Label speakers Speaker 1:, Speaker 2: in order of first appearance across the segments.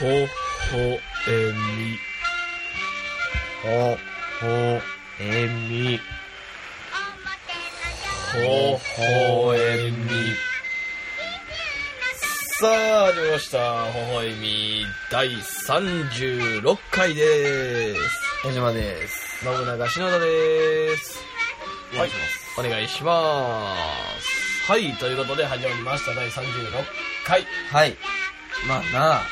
Speaker 1: ほ、ほ、えみ。
Speaker 2: ほ、ほ、えみ。
Speaker 1: ほ、ほえみ。さあ、始まりました。ほほえみ第36回です。
Speaker 2: 矢島です。
Speaker 1: 信長篠田です。
Speaker 2: はい。
Speaker 1: お願いします。はい、ということで始まりました。第36回。うん
Speaker 2: はい。まあなあ、なあ。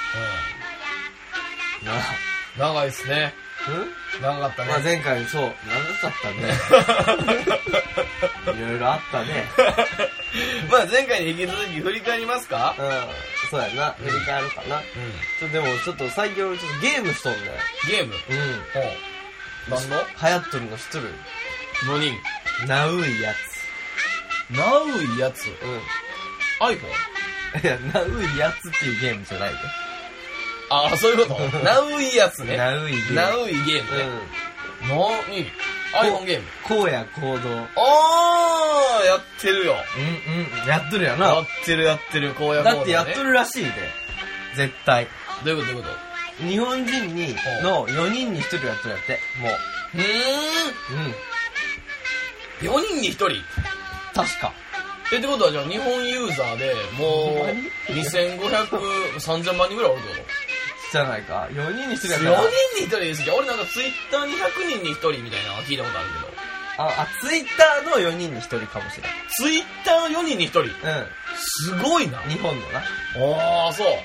Speaker 1: 長いですね。
Speaker 2: ん
Speaker 1: 長かったね
Speaker 2: まあ。前回そう、長か ったね。いろいろあったね。
Speaker 1: まあ前回に引き続き振り返りますか
Speaker 2: うん。そうやな。振り返るかな。
Speaker 1: うん。
Speaker 2: ちょ、でもちょっと最近俺ちょっとゲームしとんね。
Speaker 1: ゲーム
Speaker 2: うん。
Speaker 1: ほう。何の
Speaker 2: 流行っとるの知っとる
Speaker 1: ?5 人。
Speaker 2: ナウイや
Speaker 1: ナウイやつ。
Speaker 2: つ。う
Speaker 1: iPhone?
Speaker 2: ん。いや、ナウイやつっていうゲームじゃない
Speaker 1: ああ、そういうことナウイやつ
Speaker 2: で。
Speaker 1: ね。
Speaker 2: ナウイゲーム。
Speaker 1: ナウイゲームね。何 ?iPhone ゲーム。
Speaker 2: うん。荒野行動。うん
Speaker 1: あー、やってるよ。
Speaker 2: うん。やっとるや
Speaker 1: や
Speaker 2: な
Speaker 1: っ。てるやってる、こうや
Speaker 2: だってやっと
Speaker 1: る。
Speaker 2: るらしいで。絶対。
Speaker 1: どういうことどういうこと
Speaker 2: 日本人にの4人に1人やっとるやっても
Speaker 1: うー
Speaker 2: ううん
Speaker 1: ん。4人に1人。
Speaker 2: 確か
Speaker 1: え、ってことはじゃあ日本ユーザーでも
Speaker 2: ほんまに
Speaker 1: う2500、3000万人ぐらいおるってこと
Speaker 2: じゃないか4人に1人や
Speaker 1: 4
Speaker 2: ったら
Speaker 1: 人に1人ですよ。俺なんかツイッターに100人に1人みたいなのは聞いたことあるけど。
Speaker 2: ああツイッターの4人に1人かもしれ
Speaker 1: ツイッターの4人に1人。
Speaker 2: ん
Speaker 1: すごいな
Speaker 2: うん。日本のな
Speaker 1: ああ、そう。
Speaker 2: うん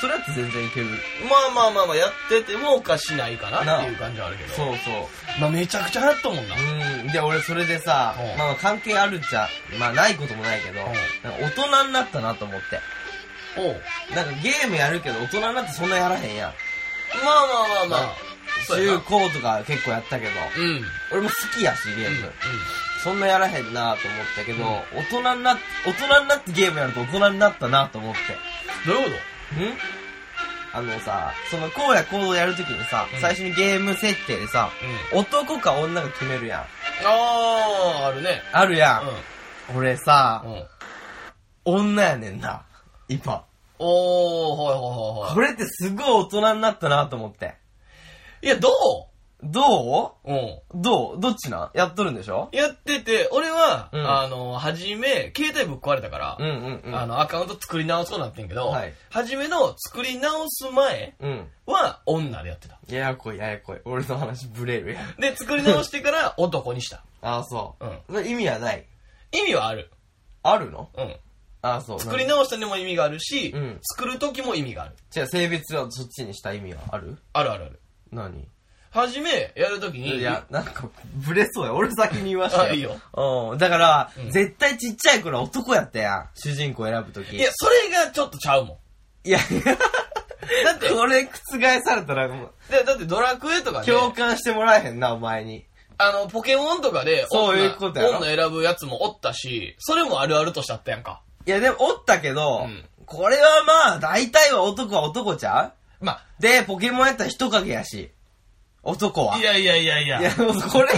Speaker 2: それだって全然いける
Speaker 1: まあまあまあまあ、やっててもおかしないかなっていう感じはあるけど。
Speaker 2: そうそう
Speaker 1: まあめちゃくちゃ流行ったもんな。
Speaker 2: うんで俺それでさ
Speaker 1: うん
Speaker 2: まあまあ関係あるっちゃまあないこともないけど
Speaker 1: ん
Speaker 2: なんか大人になったなと思って
Speaker 1: おう
Speaker 2: なんかゲームやるけど大人になってそんなやらへんやん
Speaker 1: まあまあまあまあ。そうや
Speaker 2: 中
Speaker 1: な
Speaker 2: 高とか結構やったけど
Speaker 1: うん。うん。うん。
Speaker 2: 俺も好きやしゲーム、そんなやらへんなと思ったけど、
Speaker 1: うん
Speaker 2: 大人になっ、大人になってゲームやると大人になったなと思って。
Speaker 1: どういうこ
Speaker 2: んあのさ、その荒野行動やるときにさ、
Speaker 1: うん
Speaker 2: 最初にゲーム設定でさ、男か女が決めるやん。
Speaker 1: とああ、あるね。
Speaker 2: あるやん。
Speaker 1: う
Speaker 2: 俺さ、
Speaker 1: ん。うん。
Speaker 2: 女やねんな。今。
Speaker 1: おー、はいはいはいは
Speaker 2: これってすごい大人になったなと思って。
Speaker 1: い。いや、どう
Speaker 2: ど
Speaker 1: うん。
Speaker 2: うどうどっちなんやっとるんでしょ
Speaker 1: やってて、俺は、
Speaker 2: うん
Speaker 1: あの、初め、携帯ぶっ壊れたから、
Speaker 2: うんうんうん。
Speaker 1: あの、アカウント作り直そうなってんけど、
Speaker 2: はい
Speaker 1: 初めの作り直す前
Speaker 2: うん。
Speaker 1: は女でやってた。
Speaker 2: ややこいややこい。俺の話ブレるやん。
Speaker 1: で、作り直して から男にした。
Speaker 2: ああ、そう。
Speaker 1: うん
Speaker 2: それ意味はない。
Speaker 1: 意味はある。
Speaker 2: あるの
Speaker 1: うん。
Speaker 2: ああ、そう。
Speaker 1: 作り直したにも意味があるし、
Speaker 2: うん
Speaker 1: 作る時も意味がある。
Speaker 2: じゃあ性別はそっちにした意味はある
Speaker 1: あるあるある。
Speaker 2: 何
Speaker 1: 初め、やる時に、
Speaker 2: いや、なんか、ブレそうや。俺先に言わして。
Speaker 1: あいいよ。
Speaker 2: うん。だから、
Speaker 1: うん
Speaker 2: 絶対ちっちゃい頃は男やったやん。主人公選ぶとき。
Speaker 1: いや、それがちょっとちゃうもん。
Speaker 2: いや、
Speaker 1: だって
Speaker 2: これ覆されたら、もう
Speaker 1: でだってドラクエとかで、
Speaker 2: 共感してもらえへんな、お前に。
Speaker 1: あの、ポケモンとかで
Speaker 2: そう
Speaker 1: 女
Speaker 2: いうことやろ
Speaker 1: 女選ぶやつもおったし、それもあるあるとしちゃったやんか。
Speaker 2: いや、でも、おったけ
Speaker 1: う
Speaker 2: ど、
Speaker 1: ん
Speaker 2: これはまあ、大体は男は男ちゃ
Speaker 1: まあ、
Speaker 2: うで、ポケモンやったら人影やし。男は。
Speaker 1: いやいやいやいや。
Speaker 2: い
Speaker 1: い
Speaker 2: や、
Speaker 1: や、、
Speaker 2: もうこれが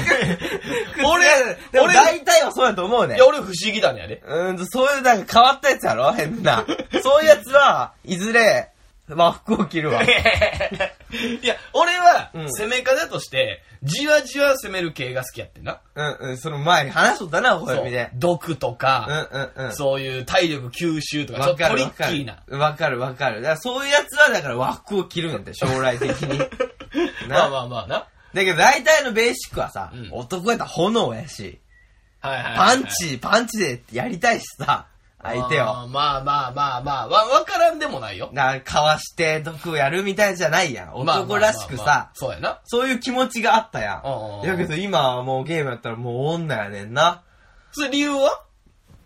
Speaker 1: 俺
Speaker 2: でも
Speaker 1: 俺
Speaker 2: 大体はそうやと思うね。
Speaker 1: 俺不思議だね、あれ。
Speaker 2: うーんと、そういうなんか変わったやつやろ変な。そういうやつは、いずれ、和服を着るわ。
Speaker 1: いや、俺は
Speaker 2: う、ん
Speaker 1: 攻め方として、じわじわ攻める系が好きやってんな。
Speaker 2: うんうん、その前に話しとったな、お
Speaker 1: そ
Speaker 2: 読み
Speaker 1: う
Speaker 2: で。。
Speaker 1: 毒と
Speaker 2: う
Speaker 1: か、
Speaker 2: んうんうん。
Speaker 1: そういう体力吸収とか、ちょ
Speaker 2: わ
Speaker 1: っと
Speaker 2: か
Speaker 1: ト
Speaker 2: る
Speaker 1: リ
Speaker 2: わか
Speaker 1: ッキーな。。
Speaker 2: るわかるわかる。だからそういうやつは、だから和服を着るんやって、将来的 に。な
Speaker 1: まあまあまあな。
Speaker 2: だけど大体のベーシックはさ
Speaker 1: うん、
Speaker 2: 男やったら炎やし、
Speaker 1: はいはいは
Speaker 2: パ
Speaker 1: い
Speaker 2: ンチ、パンチでやりたいしさ、相手
Speaker 1: あ
Speaker 2: を。
Speaker 1: ーまあまあまあまあ、わ、わからんでもないよ。
Speaker 2: な、かわして毒をやるみたいじゃないやん。男らしく
Speaker 1: まあまあまあまあ
Speaker 2: さ、
Speaker 1: そうやな。
Speaker 2: そういう気持ちがあったや
Speaker 1: うんうんうん
Speaker 2: ん。だけど今はもうゲームやったらもう女やねんな。
Speaker 1: それ理由は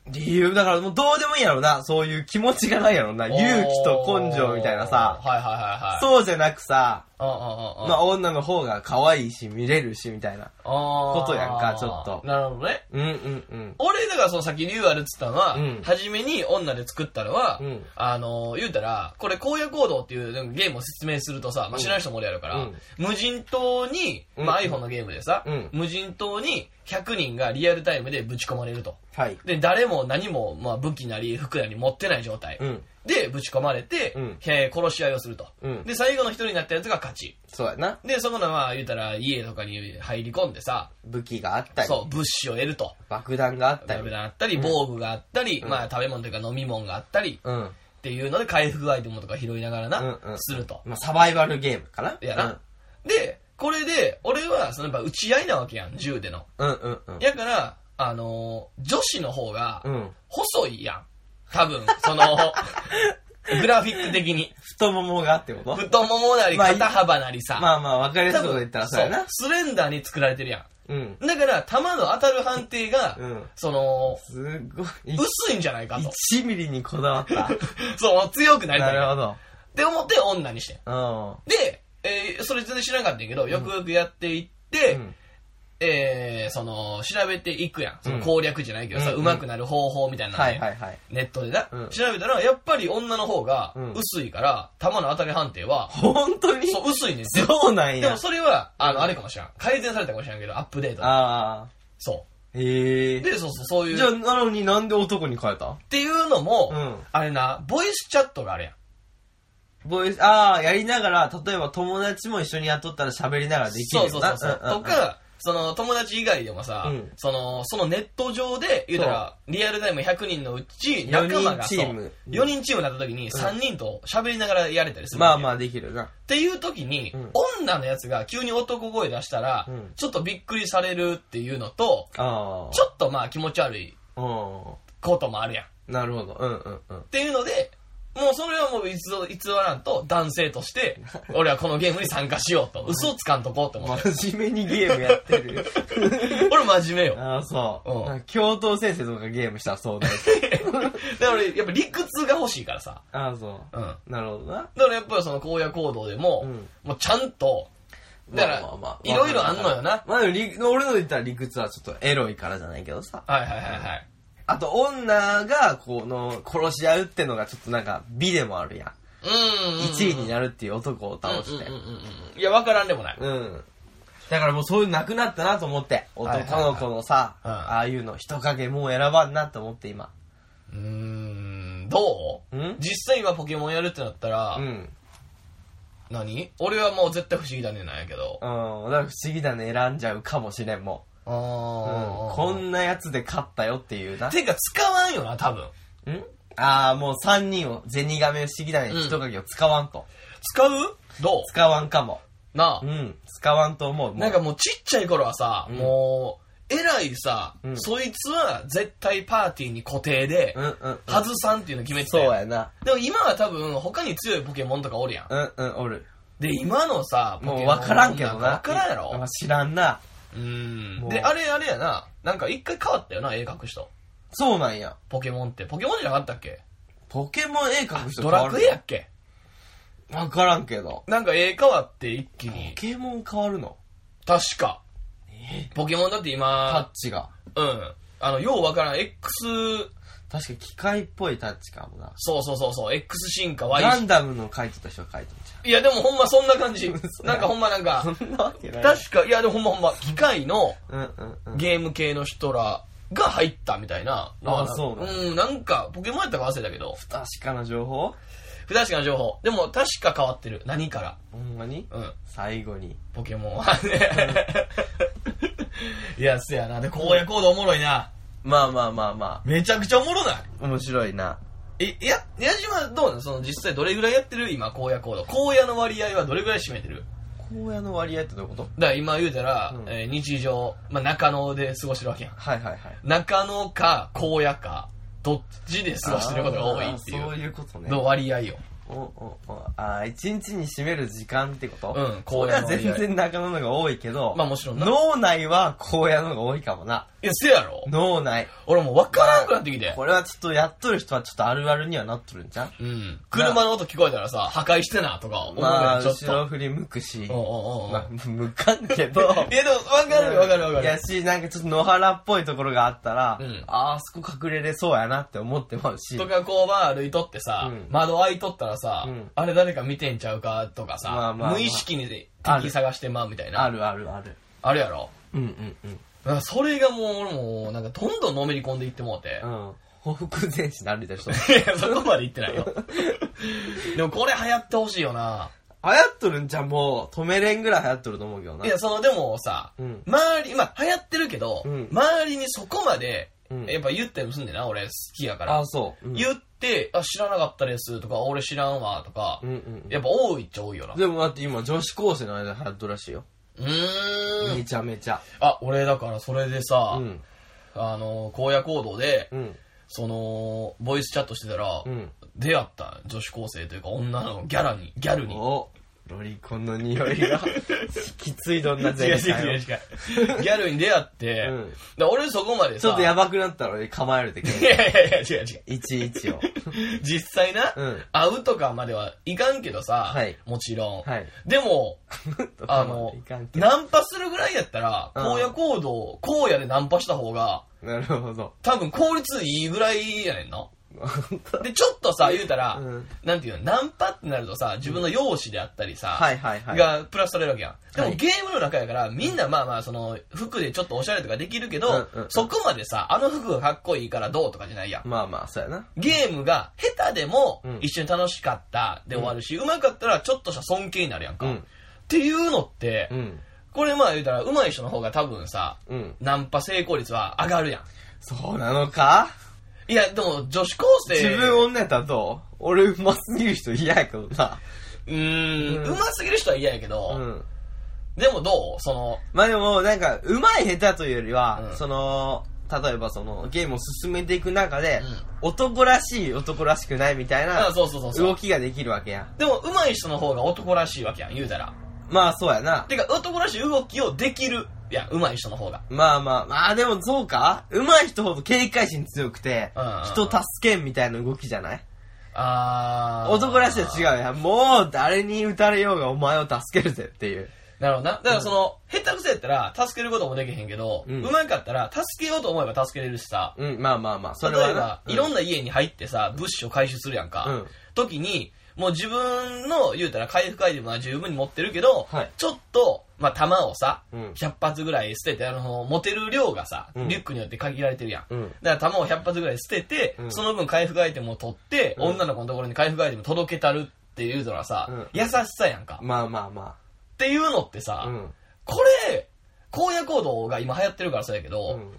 Speaker 2: 理由、だからもうどうでもいいやろな。そういう気持ちがないやろな。勇気と根性みたいなさ
Speaker 1: お。ーはいはいはいはい。
Speaker 2: そうじゃなくさ、
Speaker 1: うんうんうんうん。
Speaker 2: まあ女の方が可愛いし見れるしみたいな。
Speaker 1: こ
Speaker 2: ことやんかちょっと
Speaker 1: なるほどね。
Speaker 2: うんうんうん。
Speaker 1: 俺、だからその先リューアルっつったのは、
Speaker 2: うん
Speaker 1: 初めに女で作ったのは、
Speaker 2: うん
Speaker 1: あのー、言うたら、これ荒野行動っていうなんかゲームを説明するとさ、まあ、知らない人もおるやろから、
Speaker 2: うん
Speaker 1: 無人島に、まあ、
Speaker 2: うん
Speaker 1: iPhone のゲームでさ、
Speaker 2: うん
Speaker 1: 無人島に100人がリアルタイムでぶち込まれると。
Speaker 2: はい。
Speaker 1: で、誰も何も、まあ、武器なり服なり持ってない状態。
Speaker 2: うん
Speaker 1: で、ぶち込まれて、
Speaker 2: うん
Speaker 1: へー殺し合いをすると。
Speaker 2: うん
Speaker 1: で、最後の一人になったやつが勝ち。
Speaker 2: そうやな。
Speaker 1: で、そこの、まあ、言うたら、家とかに入り込んでさ、
Speaker 2: 武器があったり、
Speaker 1: そう、物資を得ると。
Speaker 2: 爆弾があった
Speaker 1: ダ
Speaker 2: り
Speaker 1: メ。だあったり、防具があったり、まあ、食べ物というか飲み物があったり、
Speaker 2: うん。
Speaker 1: っていうので、回復アイテムとか拾いながらな、
Speaker 2: うんうん
Speaker 1: すると。
Speaker 2: まあ、サバイバルゲームかな。
Speaker 1: やな。で、これで、俺は、そのやっぱ打ち合いなわけやん、銃での。
Speaker 2: うん。うんうんうん。
Speaker 1: やから、あのー女子の方が
Speaker 2: う、ん。
Speaker 1: 細いやん。多分、そ の、グラフィック的に。
Speaker 2: 太ももがってこと
Speaker 1: 太ももなり、
Speaker 2: まあい
Speaker 1: 肩幅なりさ。
Speaker 2: まあまあ、わかりやす
Speaker 1: 多
Speaker 2: いこと言ったらそうやな。
Speaker 1: スレンダーに作られてるや
Speaker 2: うん。
Speaker 1: ん。だから、弾の当たる判定が、
Speaker 2: うん
Speaker 1: その、
Speaker 2: すごい。
Speaker 1: 薄いんじゃないかと。
Speaker 2: 1ミリにこだわった。
Speaker 1: そう、強くなりた
Speaker 2: ない
Speaker 1: から。
Speaker 2: る
Speaker 1: って思って女にしてん。
Speaker 2: ほ
Speaker 1: で、えーそれ全然知らなかったんやけど、よくよくやっていって、
Speaker 2: ど。うん。うん。
Speaker 1: えーその、調べていくやん。その
Speaker 2: うん
Speaker 1: 攻略じゃないけどさ、
Speaker 2: うん
Speaker 1: 上手くなる方法みたいなのね、
Speaker 2: はいはいはい。
Speaker 1: ネットでな、
Speaker 2: うん
Speaker 1: 調べたら、やっぱり女の方が
Speaker 2: うん
Speaker 1: 薄いから、弾の当たり判定は、
Speaker 2: 本当に
Speaker 1: そう、薄いねん。
Speaker 2: そうなん
Speaker 1: でも
Speaker 2: や。
Speaker 1: それは、あの、あれかもしれん。改善されたかもしれんけど、アップデートで。
Speaker 2: ああ。
Speaker 1: そ
Speaker 2: へ
Speaker 1: う。
Speaker 2: え。
Speaker 1: で、そうそう、そういう。
Speaker 2: じゃあ、なのになんで男に変えた
Speaker 1: っていうのも、
Speaker 2: うん
Speaker 1: あれな、ボイスチャットがあるやん。
Speaker 2: ボイス、ああ、やりながら、例えば友達も一緒にやっとったら喋りながらできる
Speaker 1: そう
Speaker 2: よ
Speaker 1: そうそ
Speaker 2: な
Speaker 1: うそう。と、か、その友達以外でもさ、
Speaker 2: うん
Speaker 1: その、そのネット上で、言うたら、リアルタイム100人のうち、仲間が
Speaker 2: 4人チーム
Speaker 1: そう4人チームになった時に3人と喋りながらやれたりする。
Speaker 2: まあま
Speaker 1: あ。
Speaker 2: あできるな。
Speaker 1: っていう時に、
Speaker 2: うん
Speaker 1: 女のやつが急に男声出したら、
Speaker 2: うん
Speaker 1: ちょっとびっくりされるっていうのと、
Speaker 2: ああ。
Speaker 1: ちょっとまあ気持ち悪い
Speaker 2: ょ
Speaker 1: こともあるやん。っ
Speaker 2: うん。なるほど。うんうんうん。
Speaker 1: ていうので、もうそれはもう偽偽らんと男性と して、俺はこのゲームに参加しようと。嘘をつかんとこうと思って。
Speaker 2: 真面目にゲームやってる。
Speaker 1: 俺真面目よ。
Speaker 2: ああ、そう。
Speaker 1: うん
Speaker 2: なんか教頭先生とかゲームしたらそ うだよ。
Speaker 1: だから俺やっぱ理屈が欲しいからさ。
Speaker 2: ああ、そう。
Speaker 1: うん。だ
Speaker 2: なるほどな。
Speaker 1: からやっぱりその荒野行動でも、
Speaker 2: うん
Speaker 1: もうちゃんと、だから
Speaker 2: まあまあまあ、
Speaker 1: いろいろあんのよな。
Speaker 2: まあでも理、俺の言ったら理屈はちょっとエロいからじゃないけどさ。
Speaker 1: はいはいはいはい。
Speaker 2: あと、女が、この、殺し合うってのがちょっとなんか、美でもあるやん。
Speaker 1: うーん。
Speaker 2: 1位に
Speaker 1: な
Speaker 2: なるっていう男を倒して
Speaker 1: うん。うんうんうん。いや、わからんでもない。
Speaker 2: うん。だからもうそういうのなくなったなと思って。
Speaker 1: はいはいはい
Speaker 2: 男の子のさ、
Speaker 1: うん
Speaker 2: ああいうの人影もう選ばんなと思って今。
Speaker 1: うーん、どうん実際今ポケモンやるってなったら、
Speaker 2: うん。
Speaker 1: 何俺はもう絶対不思議だねなんやけど。
Speaker 2: うん、だから不思議だね、選んじゃうかもしれん、も
Speaker 1: あ
Speaker 2: う。うん。こんなやつで勝ったよっていうな。
Speaker 1: てか使わんよな、多分。
Speaker 2: んああ、もう3人を、ゼニガメ不思議だね、
Speaker 1: うん
Speaker 2: 人影を使わんと。
Speaker 1: 使うどう
Speaker 2: 使わんかも。
Speaker 1: なあ
Speaker 2: う。ん、使わんと思う。もう
Speaker 1: なんかもうちっちゃい頃はさ、
Speaker 2: うん
Speaker 1: もう、えらいさ、
Speaker 2: うん
Speaker 1: そいつは絶対パーティーに固定で、
Speaker 2: うんうんうん。
Speaker 1: 外さんっていうの決めてた
Speaker 2: そう
Speaker 1: やん
Speaker 2: やな。
Speaker 1: でも今は多分他に強いポケモンとかおるやん。
Speaker 2: うんうん、おる。
Speaker 1: で、今のさ、ポケ
Speaker 2: も
Speaker 1: モ
Speaker 2: う
Speaker 1: ン
Speaker 2: わからんけどな。
Speaker 1: わからんや
Speaker 2: ま
Speaker 1: ろ
Speaker 2: あ知らんな。
Speaker 1: うん。
Speaker 2: もう
Speaker 1: で、あれあれやな、なんか一回変わったよな、絵描く人。
Speaker 2: そうなんや。
Speaker 1: ポケモンって。ポケモンじゃなかったっけ
Speaker 2: ポケモン絵描く人
Speaker 1: ドラクエやっけ
Speaker 2: わからんけど。
Speaker 1: なんか絵変わって一気
Speaker 2: ポ
Speaker 1: に。
Speaker 2: ケモン変わるの
Speaker 1: 確か。
Speaker 2: え
Speaker 1: ポケモンだって
Speaker 2: タ
Speaker 1: 今
Speaker 2: ッ、チが。
Speaker 1: うん。あの、ようわからん、X、
Speaker 2: 確か機械っぽいタッチかもな。
Speaker 1: そうそうそうそう、X 進化 Y 進
Speaker 2: ガ
Speaker 1: 化
Speaker 2: ンダムの描いてた人が描いてるじ
Speaker 1: いや、でもほんまそんな感じ。
Speaker 2: 嘘や
Speaker 1: なんかほんまなん
Speaker 2: ゃ
Speaker 1: か、
Speaker 2: ん。そんなわけない。
Speaker 1: 確か、いや、でもほんまほんま、機械の
Speaker 2: うんうんうん。
Speaker 1: ゲーム系の人らが入ったみたいな。
Speaker 2: ああそうなんだ
Speaker 1: うん、なんか、ポケモンやったか忘れたけど、
Speaker 2: 不確かな情報
Speaker 1: 不確かな情報。でも確か変わってる。何か
Speaker 2: ほんまに
Speaker 1: ら。うん、
Speaker 2: 最後に。
Speaker 1: ポケモンはね。いや、せやな。で、荒野行動おもろいな。
Speaker 2: まあまあまあま
Speaker 1: めちゃくちゃおもろない。
Speaker 2: あ。面白いな。
Speaker 1: え、いや、矢島どうなのその実際どれぐらいやってる今、荒野行動。荒野の割合はどれぐらい占めてる
Speaker 2: 荒野の割合ってどういうこと
Speaker 1: だから今言うたら、
Speaker 2: うん
Speaker 1: えー日常、まあ、中野で過ごしてるわけやん。
Speaker 2: はいはいはい。
Speaker 1: 中野か荒野か、どっちで過ごしてることが多いってい
Speaker 2: あーそう
Speaker 1: う
Speaker 2: いうことね。
Speaker 1: の割合よ。
Speaker 2: おおおああ、一日に占める時間ってこと
Speaker 1: うん荒野の
Speaker 2: これは全
Speaker 1: 割
Speaker 2: 然中野の方が多いけど、
Speaker 1: まあもちろんな。
Speaker 2: 脳内は荒野の方が多いかもな。
Speaker 1: いや、せやろ
Speaker 2: 脳内。
Speaker 1: 俺もう分からなくなってきて。
Speaker 2: これはちょっとやっとる人はちょっとあるあるにはなっとるんじゃん
Speaker 1: うん。車の音聞こえたらさ、破壊してなとか思う
Speaker 2: ま
Speaker 1: や
Speaker 2: あ、
Speaker 1: ん、ちょっと。
Speaker 2: 後ろ振り向くし、
Speaker 1: おうおうおう
Speaker 2: まあ、向かんけ ど、
Speaker 1: いや、でも分かる分かる分か
Speaker 2: い
Speaker 1: る
Speaker 2: や。し、なんかちょっと野原っぽいところがあったら、
Speaker 1: うん
Speaker 2: ああそこ隠れれそうやなって思ってまうし、
Speaker 1: とかこうまあ歩いとってさ、
Speaker 2: うん
Speaker 1: 窓開いとったらさ、
Speaker 2: うん
Speaker 1: あれ誰か見てんちゃうかとかさ、
Speaker 2: まあまあまあ
Speaker 1: 無意識に
Speaker 2: あ
Speaker 1: 敵
Speaker 2: る
Speaker 1: 探してまうみたいな。
Speaker 2: あるあるある。
Speaker 1: あれやろ
Speaker 2: うんうんうん。
Speaker 1: だからそれがもう、俺も、なんか、どんどんのめり込んでいってもうて、
Speaker 2: うん。ほふ前進で歩いてる人。流
Speaker 1: い や、そこまで言ってないよ。でもこれ流行ってほしいよな。
Speaker 2: 行っとるんじゃもう、止めれんぐらい流行っとると思うけどな。
Speaker 1: いや、その、でもさ、
Speaker 2: うん
Speaker 1: 周り、まあ、流行ってるけど、
Speaker 2: うん
Speaker 1: 周りにそこまで、
Speaker 2: うん
Speaker 1: やっぱ言ったりもすんでな、俺好きやから。
Speaker 2: あ、そう。うん
Speaker 1: 言って、あ、知らなかったですとか、俺知らんわとか
Speaker 2: う、んうん。
Speaker 1: やっぱ多いっちゃ多いよな。う
Speaker 2: でもだって今、女子高生の間で流行っとるらしいよ。
Speaker 1: ー
Speaker 2: め
Speaker 1: ん。
Speaker 2: ちゃめちゃ。
Speaker 1: あ、俺だからそれでさ
Speaker 2: う、ん。
Speaker 1: あの、荒野行動で、
Speaker 2: うん。
Speaker 1: その、ボイスチャットしてたら
Speaker 2: う、ん。
Speaker 1: 出会った女子高生というか女のギャラに、ギャルに。
Speaker 2: おロリコンの匂いが、 きついどんな
Speaker 1: 違う違う違う違う。ギャルに出会って、
Speaker 2: うん
Speaker 1: だから俺そこまでさ、
Speaker 2: ちょっとやばくなったら俺構えるってけ
Speaker 1: いやいやいや、違う違う。
Speaker 2: いちいちを。
Speaker 1: 実際な、
Speaker 2: うん
Speaker 1: 会うとかまではいかんけどさ、
Speaker 2: はい
Speaker 1: もちろん。
Speaker 2: はい
Speaker 1: でも、あの
Speaker 2: いかん、けど
Speaker 1: ナンパするぐらいやったら、
Speaker 2: うん
Speaker 1: 荒野行動、荒野でナンパした方が、
Speaker 2: なるほど。
Speaker 1: 多分効率いいぐらいやねんな。で、ちょっとさ、言うたら、
Speaker 2: うん
Speaker 1: なんていうの、ナンパってなるとさ、自分の容姿であったりさ、
Speaker 2: はいはいはい。
Speaker 1: がプラスされるわけやん。でも、
Speaker 2: はい
Speaker 1: ゲームの中やから、みんなまあまあ、その、服でちょっとおしゃれとかできるけど、
Speaker 2: うんうん
Speaker 1: そこまでさ、あの服がかっこいいからどうとかじゃないやん。
Speaker 2: まあまあ、そうやな。
Speaker 1: ゲームが下手でも
Speaker 2: うん
Speaker 1: 一緒に楽しかったで終わるし、うまかったらちょっとした尊敬になるやんか。
Speaker 2: うん
Speaker 1: っていうのって、
Speaker 2: うん。
Speaker 1: これまあ言うたら上手い人の方が多分さ、
Speaker 2: うん。
Speaker 1: ナンパ成功率は上がるや
Speaker 2: そうなのか
Speaker 1: ん。いや、でも女子高生。
Speaker 2: 自分女やったらどう俺うますぎる人嫌やけどな。
Speaker 1: うーん、
Speaker 2: うん
Speaker 1: 上手すぎる人は嫌やけど、
Speaker 2: うん。
Speaker 1: でもどうその、
Speaker 2: まあでも、なんか、うまい下手というよりは、
Speaker 1: うん
Speaker 2: その、例えばその、ゲームを進めていく中で、
Speaker 1: う
Speaker 2: 男らしい、男らしくないみたい
Speaker 1: あ
Speaker 2: な、
Speaker 1: そうそうそうそ
Speaker 2: 動
Speaker 1: う。
Speaker 2: きができるわけや。
Speaker 1: でも上手い人の方が男らしいわけやん、言うたら。
Speaker 2: まあそうやな。
Speaker 1: てか男らしい動きをできるやん、上手い人の方が。
Speaker 2: まあまあ、まあでもそうかうまい人ほど警戒心強くて
Speaker 1: うん、
Speaker 2: 人助けんみたいな動きじゃない
Speaker 1: あー。
Speaker 2: 男らしさ違うやん。もう誰に撃たれようがお前を助けるぜっていう。
Speaker 1: なるほどな。だからその、下手くそやったら助けることもできへんけど、う
Speaker 2: うん
Speaker 1: まかったら助けようと思えば助けれるしさ、
Speaker 2: うん、まあまあまあ、そ
Speaker 1: 例え
Speaker 2: れは
Speaker 1: ば
Speaker 2: な、。
Speaker 1: いろん
Speaker 2: な、
Speaker 1: な家に入ってさ、物資を回収するやんか。
Speaker 2: うん
Speaker 1: 時に、もう自分の、言うたら回復アイテムは十分に持ってるけど、
Speaker 2: はい
Speaker 1: ちょっと、まあ、弾をさ、
Speaker 2: うん
Speaker 1: 100発ぐらい捨てて、あの、持てる量がさ、
Speaker 2: うん
Speaker 1: リュックによって限られてるやん。
Speaker 2: うん。
Speaker 1: だから弾を100発ぐらい捨てて、
Speaker 2: うん
Speaker 1: その分回復アイテムを取って、
Speaker 2: うん
Speaker 1: 女の子のところに回復アイテム届けたるっていうのはさ、
Speaker 2: うん
Speaker 1: 優しさやんか。っ
Speaker 2: まあまあま
Speaker 1: ていうのってさ、
Speaker 2: あ。うん。
Speaker 1: これ、荒野行動が今流行ってるからそうやけど、
Speaker 2: うん。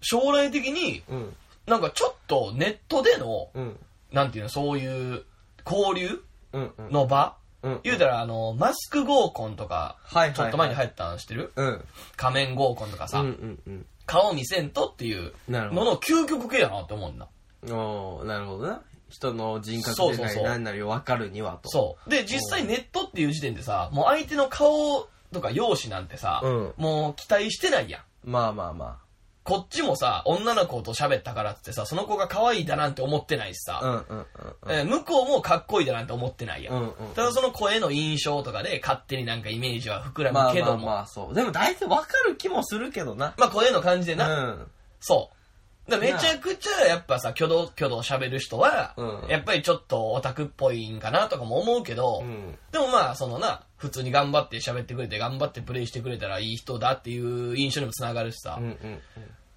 Speaker 1: 将来的に
Speaker 2: うん。
Speaker 1: なんかちょっとネットでの、
Speaker 2: うん。
Speaker 1: なんていうの、そういう交流
Speaker 2: うん。うん。
Speaker 1: の場、
Speaker 2: うん。
Speaker 1: 言うたらあの、マスク合コンとか、
Speaker 2: はいはいはい
Speaker 1: ちょっと前に流行ったんしてる
Speaker 2: うん。
Speaker 1: 仮面合コンとかさ、
Speaker 2: うんうん
Speaker 1: 顔見せんとっていう
Speaker 2: なる
Speaker 1: の
Speaker 2: ほ
Speaker 1: の究極系やなって思うんだ。
Speaker 2: ど。おーなるほどな。人の人
Speaker 1: そうそ
Speaker 2: 格で
Speaker 1: う
Speaker 2: な
Speaker 1: そう
Speaker 2: り何なりを分かるにはと。
Speaker 1: そう。で、実際ネットっていう時点でさ、もう相手の顔とか容姿なんてさ、
Speaker 2: うん
Speaker 1: もう期待してないやん。
Speaker 2: まあまあま
Speaker 1: こっちもさ、女の子と喋ったからっつってさ、その子が可愛いだなんて思ってないし
Speaker 2: あ。うん
Speaker 1: さ、
Speaker 2: うんうんうん。
Speaker 1: えー向こうもかっこいいだなんて思ってないやん。
Speaker 2: うんうん
Speaker 1: ただその声の印象とかで勝手になんかイメージは膨ら
Speaker 2: ま
Speaker 1: む
Speaker 2: あ
Speaker 1: け
Speaker 2: ま
Speaker 1: ど
Speaker 2: あ
Speaker 1: も。
Speaker 2: まあそう。でも大体分かる気もするけどな。
Speaker 1: まあ声の感じで
Speaker 2: う
Speaker 1: な、
Speaker 2: ん。
Speaker 1: そう。だからめちゃくちゃやっぱさ、挙動、挙動喋る人は、
Speaker 2: うん
Speaker 1: やっぱりちょっとオタクっぽいんかなとかも思うけど、
Speaker 2: うん。
Speaker 1: でもまあ、そのな、普通に頑張って喋ってくれて、頑張ってプレイしてくれたらいい人だっていう印象にもつながるしさ。
Speaker 2: うんうん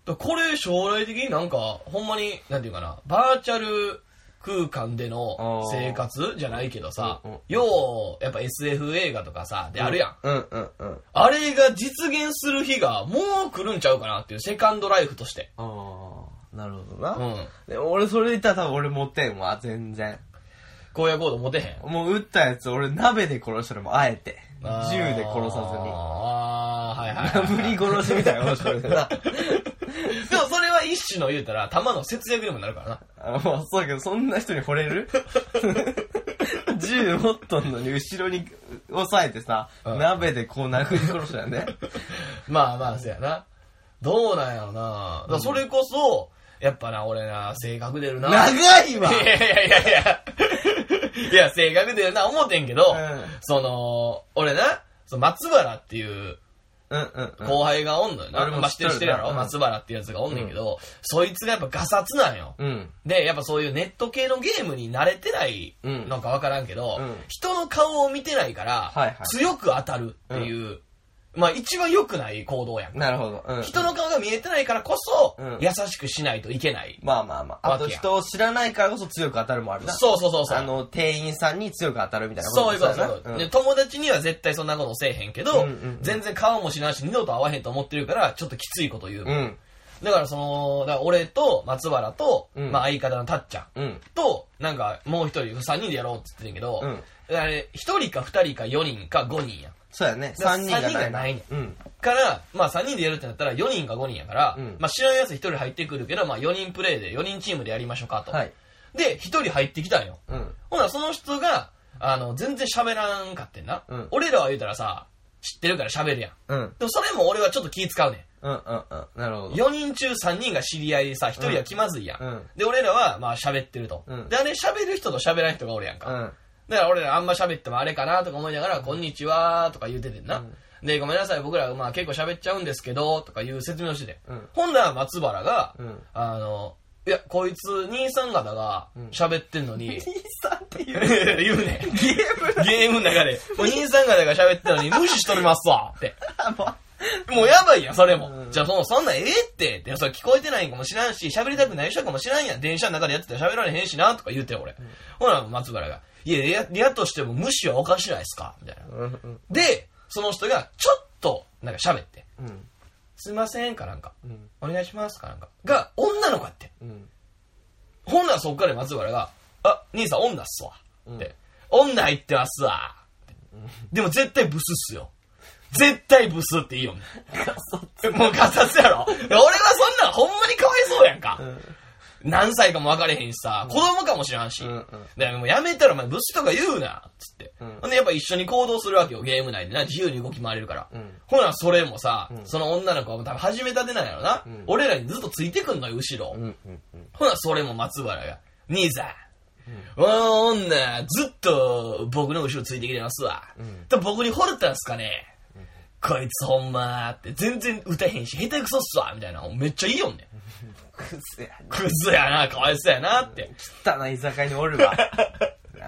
Speaker 1: だからこれ将来的になんか、ほんまに、なんていうかな、バーチャル空間での生活じゃないけどさ
Speaker 2: うんうん、
Speaker 1: よう、やっぱ SF 映画とかさ、であるやん。
Speaker 2: うん。うんうんうん。
Speaker 1: あれが実現する日がもう来るんちゃうかなっていう、セカンドライフとして。
Speaker 2: ああ、なるほど
Speaker 1: うん
Speaker 2: な。。でも俺それ言ったら多分俺持ってんわ、全然。
Speaker 1: 荒野行動持てへん。
Speaker 2: もう撃ったやつ俺鍋で殺したのもあえて。
Speaker 1: あー
Speaker 2: 銃で殺さ
Speaker 1: ああ、はいはいはい、
Speaker 2: ずに。無理殺しみたいなことしてるな。
Speaker 1: でもそれは一種の言うたら、弾の節約にもなるからな。
Speaker 2: あまあそうだけど、そんな人に惚れ る銃持っとんのに後ろに押さえてさ、
Speaker 1: うん
Speaker 2: 鍋でこう殴り殺したよね。
Speaker 1: まあまあ、そやな。どうなんやろな。だからそれこそ、やっぱな、俺な、性格出る な。い
Speaker 2: 長いわ
Speaker 1: やいやいやいや。 いや、性格出るな、思ってんけど、
Speaker 2: うん
Speaker 1: その、俺な、その松原っていう
Speaker 2: うんうんうん。
Speaker 1: 後輩がおんのよな。
Speaker 2: 俺も
Speaker 1: まあ知ってる
Speaker 2: 知
Speaker 1: 知っ
Speaker 2: ってて
Speaker 1: る
Speaker 2: る
Speaker 1: やろ、
Speaker 2: うん
Speaker 1: 松原ってやつがおんねんけど、そいつがやっぱガサツなんよ。
Speaker 2: うん。
Speaker 1: で、やっぱそういうネット系のゲームに慣れてないのかわからんけど、
Speaker 2: うん
Speaker 1: 人の顔を見てないから、
Speaker 2: はいはい
Speaker 1: 強く当たるっていうまあ一番良くない行動やんか。
Speaker 2: なるほど。うん。
Speaker 1: 人の顔が見えてないからこそ
Speaker 2: うん、
Speaker 1: 優しくしないといけない。
Speaker 2: まあまあまあ。あと
Speaker 1: わけや
Speaker 2: 人を知らないからこそ強く当たるもあるな。
Speaker 1: そうそうそうそう。
Speaker 2: あの、店員さんに強く当たるみたいな
Speaker 1: そういうことそういう
Speaker 2: だ
Speaker 1: ことで友達には絶対そんなことせえへんけど、
Speaker 2: うんうん
Speaker 1: 全然顔もしないし、二度と会わへんと思ってるから、ちょっときついこと言う。
Speaker 2: うん。うん。
Speaker 1: だからその、だから俺と松原と、
Speaker 2: うん
Speaker 1: まあ相方のたっちゃん
Speaker 2: うん。
Speaker 1: と、なんかもう一人、三人でやろうって言ってんけど、
Speaker 2: うん
Speaker 1: あれ、一人か二人か四人か五人やん。
Speaker 2: そうやね。
Speaker 1: だから
Speaker 2: 3人が
Speaker 1: 三人がないね
Speaker 2: うん。
Speaker 1: から、まあ3人でやるってなったら4人か5人やから、
Speaker 2: うん
Speaker 1: まあ知らんやつ1人入ってくるけど、まあ4人プレイで4人チームでやりましょうかと。
Speaker 2: はい。
Speaker 1: で、1人入ってきたんよ。
Speaker 2: うん。
Speaker 1: ほな、その人が、あの、全然喋らんかってんな。
Speaker 2: うん
Speaker 1: 俺らは言うたらさ、知ってるから喋るやん。
Speaker 2: うん。うん
Speaker 1: でもそれも俺はちょっと気使うね
Speaker 2: うんうん。なるほ
Speaker 1: ん。
Speaker 2: ど。
Speaker 1: 4人中3人が知り合いでさ、1人は気まずいやん。
Speaker 2: うん
Speaker 1: で、俺らはまあ喋ってると。
Speaker 2: うん
Speaker 1: で、あれ喋る人と喋らん人がおるやんか。
Speaker 2: うん。
Speaker 1: だから俺らあんま喋ってもあれかなとか思いながら、こんにちはとか言うててんな。で、ごめんなさい、僕ら、まあ結構喋っちゃうんですけど、とかいう説明をしてて。
Speaker 2: うん
Speaker 1: ほんなら松原が、
Speaker 2: うん
Speaker 1: あの、いや、こいつ、兄さん方が喋ってんの に、
Speaker 2: 兄さんって言う。
Speaker 1: 言うね。ゲームゲームの中で、もう兄さん方が喋ってんのに無視しとりますわ って。もうやばいやん、それも。
Speaker 2: うん
Speaker 1: じゃあ、その、そんなんええって、って、それ聞こえてないんかもしらんし、喋りたくない人かもしらんやん。電車の中でやってたら喋られへんしな、とか言うてよ、俺。ほら、松原が。いや、リア、リアとしても無視はおかしないですかみたいな。
Speaker 2: うんうん。
Speaker 1: で、その人が、ちょっと、なんか喋って。
Speaker 2: うん。
Speaker 1: すいませんかなんか。
Speaker 2: うん。
Speaker 1: お願いしますかなんか。が、女の子やって。
Speaker 2: うん。
Speaker 1: ほんならそっから松原が、あ、兄さん女っすわ。って。女入ってますわ。でも絶対ブスっすよ。絶対ブスっていい よね。もうガサツやろ。俺はそんなんほんまにかわいそうやんか。
Speaker 2: ん
Speaker 1: 何歳かも分かれへんしさ、子供かもしらんし。
Speaker 2: うんうん
Speaker 1: だからもうやめたらお前ブスとか言うな、つって。
Speaker 2: うん
Speaker 1: ほんでやっぱ一緒に行動するわけよ、ゲーム内でな。自由に動き回れるから。
Speaker 2: うん
Speaker 1: ほな、それもさ、
Speaker 2: ん
Speaker 1: その女の子はもう多分始めたてなんやろな。
Speaker 2: ん
Speaker 1: 俺らにずっとついてくんのよ、後ろ。
Speaker 2: うんうんうん。
Speaker 1: ほな、それも松原が。兄さん。おの女、ずっと僕の後ろついてきてますわ。と僕に惚れたんすかね、こいつほんまって全然歌えへんし、下手くそっすわみたいな。めっちゃいいよんね。
Speaker 2: くせや
Speaker 1: クズやな、かわいそうやなって。
Speaker 2: 汚い居酒屋におるわ。な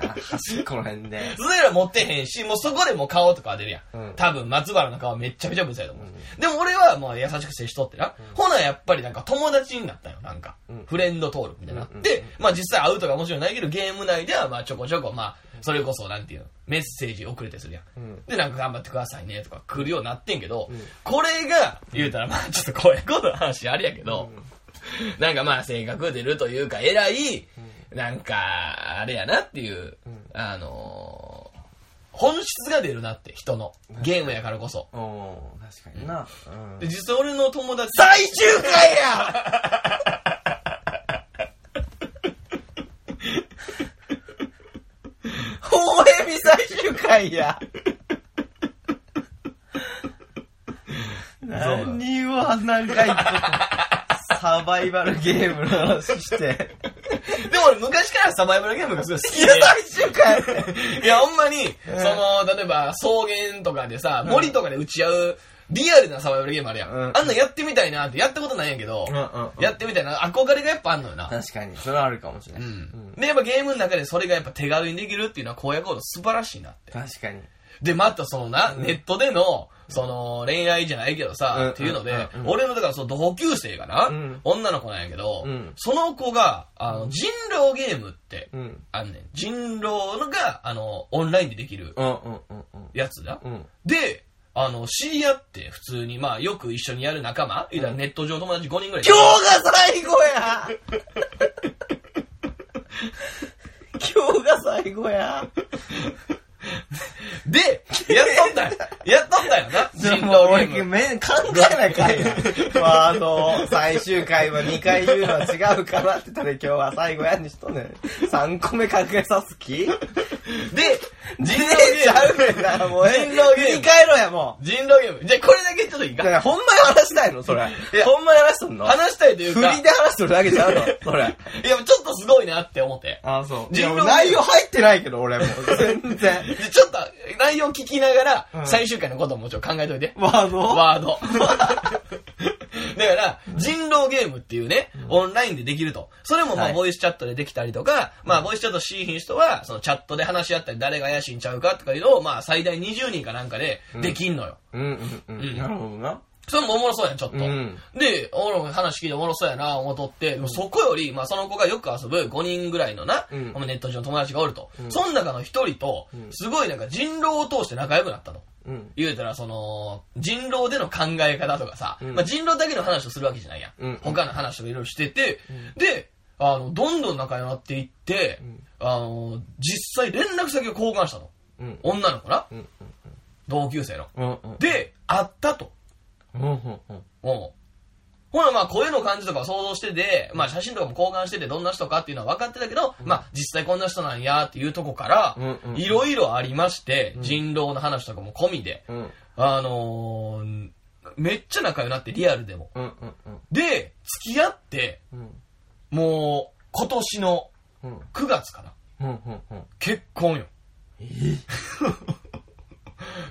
Speaker 2: あ端っこの辺で。
Speaker 1: それら持ってへんし、もうそこでもう顔とか出るやん。
Speaker 2: うん
Speaker 1: 多分松原の顔めっちゃめちゃブサやと思う。でも俺はもう優しく接しとってな。ほなやっぱりなんか友達になったよ、なんか。
Speaker 2: うん
Speaker 1: フレンド登録みたいな。
Speaker 2: うんうん
Speaker 1: で、まあ実際会うとかもちろんないけど、ゲーム内ではまあちょこちょこ、まあ、それこそなんていうの、メッセージ送れてするやん。
Speaker 2: うん
Speaker 1: で、なんか頑張ってくださいねとか来るようになってんけど、
Speaker 2: ん
Speaker 1: これが、言うたらまあちょっとこういうことの話あれやけど、 なんかまあ性格出るというか偉い、なんか、あれやなっていう、あのー本質が出るなって、人の。ゲームやからこそ。
Speaker 2: おおー確かにな。うん
Speaker 1: で、実際俺の友達、最終回や
Speaker 2: ほほえみ最終回や。何を何回サバイバルゲームの話し て。
Speaker 1: でも俺昔からサバイバルゲームがすごい好き
Speaker 2: いや、最終回
Speaker 1: で。いや、ほんまに、その、例えば草原とかでさ、森とかで打ち合う、リアルなサバイバルゲームあるやん。
Speaker 2: うん
Speaker 1: あんなんやってみたいなって、やったことないんやけど、
Speaker 2: うんうんうん
Speaker 1: やってみたいな、憧れがやっぱあんのよな。
Speaker 2: 確かに、それはあるかもしれない。
Speaker 1: うんで、やっぱゲームの中でそれがやっぱ手軽にできるっていうのは荒野行動素晴らしいなって。
Speaker 2: 確かに。
Speaker 1: で、またそのな、ネットでの、その恋愛じゃないけどさ、
Speaker 2: うん
Speaker 1: っていうので、
Speaker 2: うんうん
Speaker 1: 俺のだからその同級生がな、
Speaker 2: うん
Speaker 1: 女の子なんやけど、
Speaker 2: うん
Speaker 1: その子が、あの、人狼ゲームって、
Speaker 2: うん。
Speaker 1: あんねん。人狼のが、あの、オンラインでできる
Speaker 2: うんうんうん
Speaker 1: やつだ。
Speaker 2: うん。うん。
Speaker 1: で、あの、知り合って、普通に、まあ、よく一緒にやる仲間、いわゆるネット上友達5人ぐらい。
Speaker 2: 今日が最後や今日が最後や
Speaker 1: で、やっとった よ。やっとったよな、人
Speaker 2: もう
Speaker 1: 狼ゲ
Speaker 2: 俺、
Speaker 1: ーム。
Speaker 2: め考えないかいな。 ワードを最終回は2回言うのは違うかなって言ったら今日は最後やにしとんねん。3個目考えさす
Speaker 1: で、
Speaker 2: 気
Speaker 1: 人
Speaker 2: 人
Speaker 1: 狼
Speaker 2: 生
Speaker 1: ゲ
Speaker 2: ちゃ
Speaker 1: ー
Speaker 2: うねん
Speaker 1: ム。
Speaker 2: な、もう。
Speaker 1: 人狼ゲーム
Speaker 2: 振り返ろうや、も。
Speaker 1: 人狼ゲーム。じゃあこれだけちょっといいう
Speaker 2: だ
Speaker 1: か
Speaker 2: か。らほんまに話したいのそれ。
Speaker 1: いや
Speaker 2: ほんまに話しとんの
Speaker 1: 話したいという
Speaker 2: 振
Speaker 1: か、
Speaker 2: りで話しとるだけちゃうのそれ。
Speaker 1: いや、ちょっとすごいなって思って。
Speaker 2: あ、そう
Speaker 1: 人狼
Speaker 2: 内容入ってないけど、俺もう。全然。
Speaker 1: でちょっと内容聞きながら、
Speaker 2: うん
Speaker 1: 最終回のこともちょっと考えといて。
Speaker 2: ワード
Speaker 1: ワード。だから、人狼ゲームっていうね、オンラインでできると。それもま
Speaker 2: は
Speaker 1: あ、
Speaker 2: い
Speaker 1: ボイスチャットでできたりとか、まあ、ボイスチャットしいひん人は、そのチャットで話し合ったり、誰が怪しいんちゃうかとかいうのを、まあ、最大20人かなんかでできんのよ。
Speaker 2: うんうんうん。なるほどな。
Speaker 1: それもおもろそうやん、ちょっと。
Speaker 2: うん
Speaker 1: で、おもろい話聞いておもろそうやな、思っとって、でもそこより、まあその子がよく遊ぶ5人ぐらいのな、
Speaker 2: うん
Speaker 1: ネット上の友達がおると。その中の一人と、すごいなんか人狼を通して仲良くなったと。
Speaker 2: うん。
Speaker 1: 言うたら、その、人狼での考え方とかさ、
Speaker 2: うん
Speaker 1: まあ人狼だけの話をするわけじゃないや、
Speaker 2: うん
Speaker 1: 他の話とかいろいろしてて、で、あの、どんどん仲良くなっていって、あの、実際連絡先を交換したと。
Speaker 2: うん。
Speaker 1: 女の子な、
Speaker 2: うん。
Speaker 1: 同級生の。
Speaker 2: うん。うん。
Speaker 1: で、会ったと。
Speaker 2: うん。うん。うん。
Speaker 1: うん。ほら、まあ、声の感じとかを想像してて、まあ、写真とかも交換してて、どんな人かっていうのは分かってたけど、まあ、実際こんな人なんやっていうとこから
Speaker 2: うんうんう、ん
Speaker 1: いろいろありまして、人狼の話とかも込みで、
Speaker 2: うん。
Speaker 1: あのー、めっちゃ仲良くなって、リアルでも。
Speaker 2: うん。うん。
Speaker 1: で、付き合って、
Speaker 2: うん。
Speaker 1: もう、今年の
Speaker 2: うん。
Speaker 1: 9月かな。
Speaker 2: うん。うん。
Speaker 1: 結婚よ。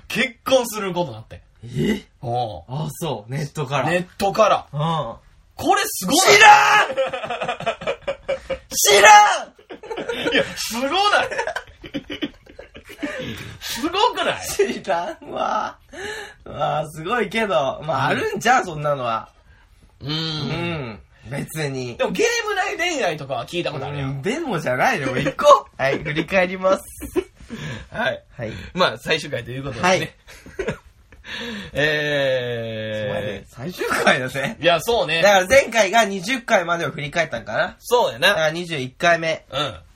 Speaker 1: 結婚することになって。
Speaker 2: え
Speaker 1: うん
Speaker 2: あ、そう。ネットから。
Speaker 1: ネットから。
Speaker 2: うん。
Speaker 1: これすごい
Speaker 2: 知らん知らん
Speaker 1: いや、すごないすごくない
Speaker 2: 知らんわ。まあ、すごいけど、まあ、あるんじゃん、そんなのは。
Speaker 1: う。
Speaker 2: うんん。別に
Speaker 1: で。もゲーム内恋愛とかは聞いたことあるやん。
Speaker 2: でもじゃないよ、行こう。はい、振り返ります。
Speaker 1: はい。
Speaker 2: はい。
Speaker 1: まあ、最終回ということで
Speaker 2: は
Speaker 1: す
Speaker 2: い
Speaker 1: ね。 え
Speaker 2: 最終回だぜ。
Speaker 1: ー。いや、そう
Speaker 2: だか
Speaker 1: ね。
Speaker 2: ら前回が20回までを振り返ったんかな。
Speaker 1: そうや
Speaker 2: だ
Speaker 1: な。
Speaker 2: から21回目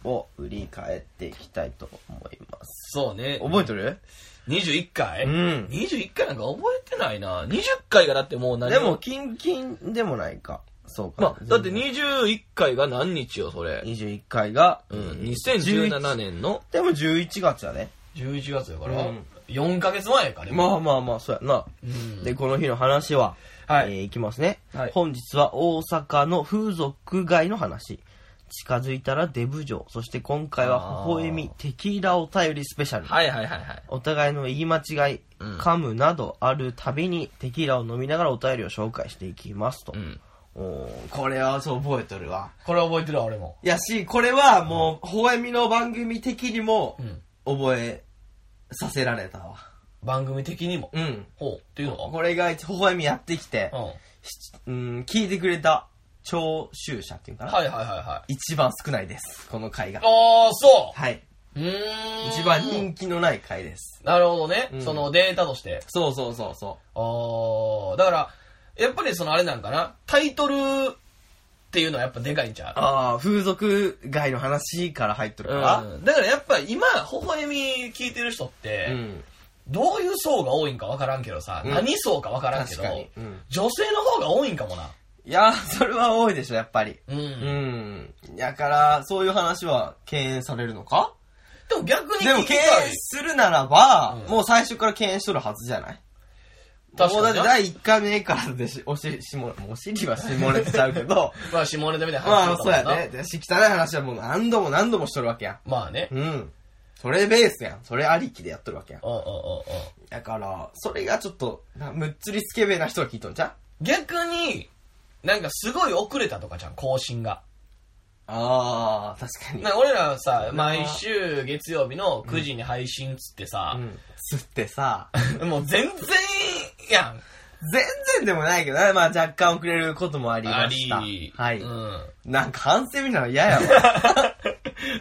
Speaker 1: うん。
Speaker 2: を振り返っていきたいと思います。
Speaker 1: そうね。
Speaker 2: 覚えてる
Speaker 1: 21回
Speaker 2: うん
Speaker 1: 21回なんか覚えてないな。20回がだってもう何
Speaker 2: でも、、キンキンでもないか。そうか。
Speaker 1: まあ、だって21回が何日よ、それ。
Speaker 2: 21回が、
Speaker 1: うん。
Speaker 2: 11
Speaker 1: 2017年の
Speaker 2: でも11月だね。
Speaker 1: 11月やか
Speaker 2: う
Speaker 1: ら
Speaker 2: ん、
Speaker 1: 4ヶ月前やから。
Speaker 2: まあまあまあ、そうやな。
Speaker 1: うん
Speaker 2: で、この日の話は、
Speaker 1: はい
Speaker 2: えーいきますね、
Speaker 1: はい
Speaker 2: 本日は大阪の風俗街の話。近づいたらデブ城。そして今回は微笑み、テキーラお便りスペシャル。
Speaker 1: はいはいはいはい。
Speaker 2: お互いの言い間違い、
Speaker 1: うん
Speaker 2: 噛むなどあるたびにテキーラを飲みながらお便りを紹介していきますと。
Speaker 1: うん。
Speaker 2: おーこれはそう覚えとるわ。
Speaker 1: これ覚えてるわ俺も。
Speaker 2: いやし、これはもう、微笑みの番組的にも
Speaker 1: うん。
Speaker 2: 覚えさせられたわ。
Speaker 1: 番組的にも。
Speaker 2: うん。
Speaker 1: ほう。っていうの
Speaker 2: これが微笑みやってきて、
Speaker 1: うん。はい
Speaker 2: しうん、聞いてくれた聴衆者っていうかな、
Speaker 1: はいはいはい。
Speaker 2: 一番少ないです、この回が。
Speaker 1: ああ、そ
Speaker 2: はい。
Speaker 1: う。うーん。
Speaker 2: 一番人気のない回です。
Speaker 1: なるほどね。
Speaker 2: うん
Speaker 1: そのデータとして。
Speaker 2: そうそうそうそ
Speaker 1: ああ、だから、やっぱりそのあれなんかな。タイトルっていうのはやっぱでかいんちゃ
Speaker 2: う。ああ、風俗街の話から入っと
Speaker 1: う
Speaker 2: るから。
Speaker 1: うん。だからやっぱ今、微笑み聞いてる人って、
Speaker 2: うん
Speaker 1: どういう層が多いんかわからんけどさ、
Speaker 2: うん
Speaker 1: 何層かわからんけど、
Speaker 2: 確かにうん
Speaker 1: 女性の方が多いんかもな。
Speaker 2: いやー、それは多いでしょ、やっぱり。
Speaker 1: うん。
Speaker 2: うん。やから、そういう話は敬遠されるのか
Speaker 1: でも逆に
Speaker 2: でも
Speaker 1: 聞き
Speaker 2: 敬
Speaker 1: た
Speaker 2: 遠
Speaker 1: い
Speaker 2: するならば、
Speaker 1: うん
Speaker 2: もう最初から敬遠しとるはずじゃない
Speaker 1: 確か
Speaker 2: もうだ
Speaker 1: に
Speaker 2: って
Speaker 1: な。
Speaker 2: 第1回目からでし、おし、しも、お尻は下れてちゃうけど、
Speaker 1: まあ下ネタみたいな話
Speaker 2: ま
Speaker 1: だ
Speaker 2: あ、
Speaker 1: った
Speaker 2: そ
Speaker 1: も
Speaker 2: うん
Speaker 1: な
Speaker 2: やね。でし、汚い話はもう何度も何度もしとるわけや
Speaker 1: まあね
Speaker 2: ん。。うん。それベースやん。それありきでやっとるわけやん
Speaker 1: う。んうんうんうん。
Speaker 2: だから、それがちょっと、なむっつりスケベな人が聞いとんじゃん
Speaker 1: 逆に、なんかすごい遅れたとかじゃん、更新が。
Speaker 2: ああ、確かに
Speaker 1: なんか俺らさ、
Speaker 2: うん
Speaker 1: 毎週月曜日の9時に配信っつってさ
Speaker 2: う、ん。つってさ、
Speaker 1: もう全然やん。
Speaker 2: 全然でもないけどな、まあ若干遅れることもあり
Speaker 1: あ
Speaker 2: ました。
Speaker 1: り。
Speaker 2: はい。
Speaker 1: うん。
Speaker 2: なんか反省みたいなの嫌やわ。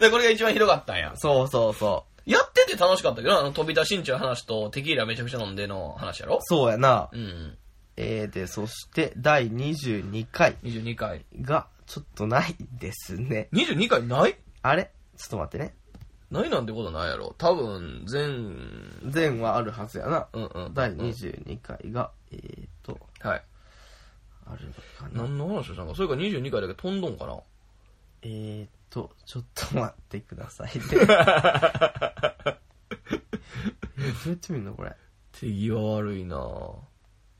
Speaker 1: で、これが一番ひどかったんや。
Speaker 2: そうそうそう。
Speaker 1: やってて楽しかったけどな、あの飛び出しんちゅう話とテキーラめちゃくちゃ飲んでの話やろ
Speaker 2: そうやな。
Speaker 1: うん。
Speaker 2: えー、で、そして第22回
Speaker 1: 22回。
Speaker 2: がちょっとないですね。
Speaker 1: 22回ない
Speaker 2: あれちょっと待ってね。
Speaker 1: ないなんてことないやろ。多分、全、うん
Speaker 2: 前はあるはずやな。
Speaker 1: うん。
Speaker 2: 第22回が、えーと、
Speaker 1: はい。
Speaker 2: あるのかな。
Speaker 1: 何の話をしたんか。それか22回だけ飛んどんかな。
Speaker 2: えーと、ちょっと待ってくださ いね。えーどうやって見るのこれ。
Speaker 1: 手際悪いなぁ。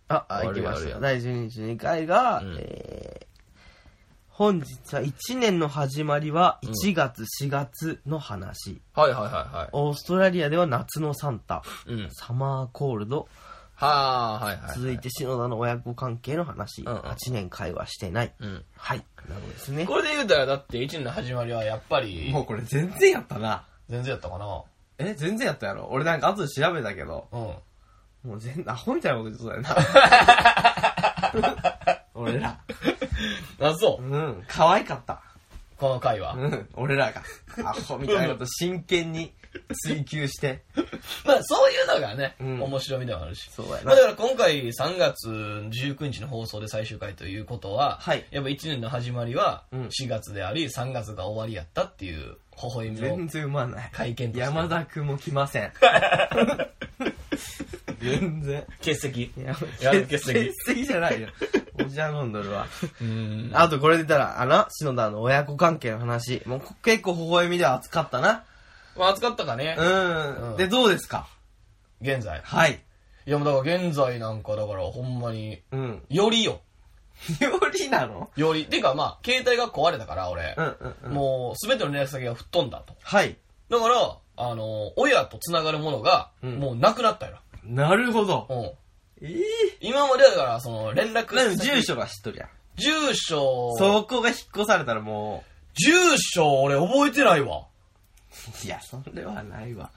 Speaker 2: あ、あ、行
Speaker 1: 悪
Speaker 2: き
Speaker 1: い
Speaker 2: まし
Speaker 1: 悪い
Speaker 2: た。
Speaker 1: 悪い
Speaker 2: 第12回が、
Speaker 1: うん
Speaker 2: えー本日は1年の始まりは1月4月の話。
Speaker 1: はいはいはいは
Speaker 2: オーストラリアでは夏のサンタ、
Speaker 1: い。うん。
Speaker 2: サマーコールド、はあ、はいはい。
Speaker 3: 続いて篠田の親子関係の話、
Speaker 2: うんうん
Speaker 3: 8年会話してない、
Speaker 2: うん。
Speaker 3: はいなるほどですね
Speaker 1: これで言うたら、だって一年の始まりはやっぱり
Speaker 2: も、うこれ全然やったな。
Speaker 1: 全然やったかな。
Speaker 2: え、全然やったやろ。俺なんか後で調べたけど、
Speaker 1: うん。
Speaker 2: もう全、アホみたいなこと言ってたよな。 俺ら。
Speaker 1: あ、そうう。
Speaker 2: ん。可愛かった。
Speaker 1: この回は。
Speaker 2: うん。俺らが、アホみたいなこと真剣に追求して。
Speaker 1: まあ、そういうのがね、
Speaker 2: うん
Speaker 1: 面白みでもあるし。
Speaker 2: そうや
Speaker 1: まあ、だから今回3月19日の放送で最終回ということは、
Speaker 2: はい
Speaker 1: やっぱ1年の始まりは
Speaker 2: うん
Speaker 1: 4月であり、3月が終わりやったっていう微笑み
Speaker 2: 全
Speaker 1: を
Speaker 2: 然うまない。
Speaker 1: 会見として
Speaker 2: 山田くんも来ません。全然。
Speaker 1: 欠席。
Speaker 2: いや
Speaker 1: やる欠席
Speaker 2: 欠席じゃないよ。おじゃ飲んどるわ。
Speaker 1: うん。
Speaker 2: あとこれで言ったら、あの、篠田の親子関係の話。もう結構微笑みでは熱かったな。
Speaker 1: まあ、暑かったかね。
Speaker 2: うん。
Speaker 1: うん
Speaker 2: で、どうですか
Speaker 1: 現在。
Speaker 2: はい。
Speaker 1: いや、もうだから現在なんか、だからほんまに、
Speaker 2: うん。
Speaker 1: よりよ。
Speaker 2: よりなの
Speaker 1: より。てかまあ、携帯が壊れたから、俺
Speaker 2: う。んうんうん。
Speaker 1: もう、すべての連絡先が吹っ飛んだと。
Speaker 2: はい。
Speaker 1: だから、あの、親と繋がるものが、
Speaker 2: うん
Speaker 1: もうなくなったよ
Speaker 2: なるほど。
Speaker 1: な。うん。
Speaker 2: え
Speaker 1: 今までだから、その、連絡
Speaker 2: え。でも住所が知っとるやん。
Speaker 1: 住所、
Speaker 2: そこが引っ越されたらも
Speaker 1: 住所俺覚えてないわ。
Speaker 2: う、いや、それはないわ。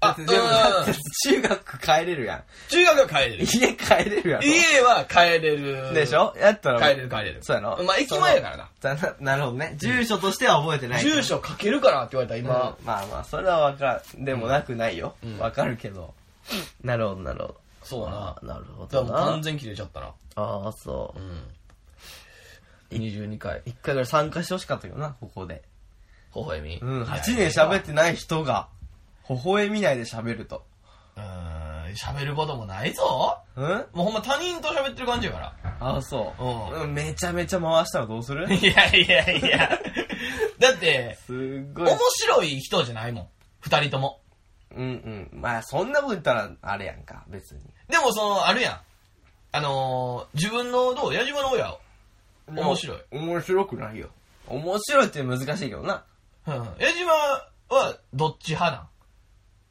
Speaker 1: あ、
Speaker 2: だっ
Speaker 1: う
Speaker 2: て
Speaker 1: ん。
Speaker 2: でもだって中学帰れるやん。
Speaker 1: 中学は帰れる。
Speaker 2: 家帰れるやろ。
Speaker 1: 家は帰れる。
Speaker 2: でしょやったらもう。
Speaker 1: 帰れる帰れる。
Speaker 2: そうやろ
Speaker 1: まあ、駅前やからな。
Speaker 2: だななるほどね。住所としては覚えてない。
Speaker 1: 住所書けるかなって言われたら
Speaker 2: うん
Speaker 1: 今
Speaker 2: ま、あまあ、それはわかる。でもなくないよ
Speaker 1: ん。
Speaker 2: わかるけど。なるほど、なるほど。
Speaker 1: そうだな
Speaker 2: あ。なるほ
Speaker 1: だから
Speaker 2: ど
Speaker 1: もう
Speaker 2: な
Speaker 1: 完。全切れちゃったな。
Speaker 2: ああ、そうう。
Speaker 1: ん。22回。
Speaker 2: 一回ぐらい参加してほしかったけどな、ここで。
Speaker 1: 微笑み。
Speaker 2: うん、8年喋ってない人が、微笑みないで喋ると。
Speaker 1: うーん、喋ることもないぞ。
Speaker 2: うんあ
Speaker 1: もうほんま他人と喋ってる感じやから。
Speaker 2: あ、そう。
Speaker 1: う
Speaker 2: うん、めちゃめちゃ回したらどうする
Speaker 1: いやいやいや。だって、
Speaker 2: すっごい
Speaker 1: 面。白い人じゃないもん。二人とも。
Speaker 2: うんうん。まあ、そんなこと言ったら、あれやんか、別に。
Speaker 1: でもその、あるやん。あのー、自分の、どう矢島の親を。面白い。
Speaker 2: 面白くないよ。面白いって難しいけどな。
Speaker 1: うん。矢島は、どっち派なん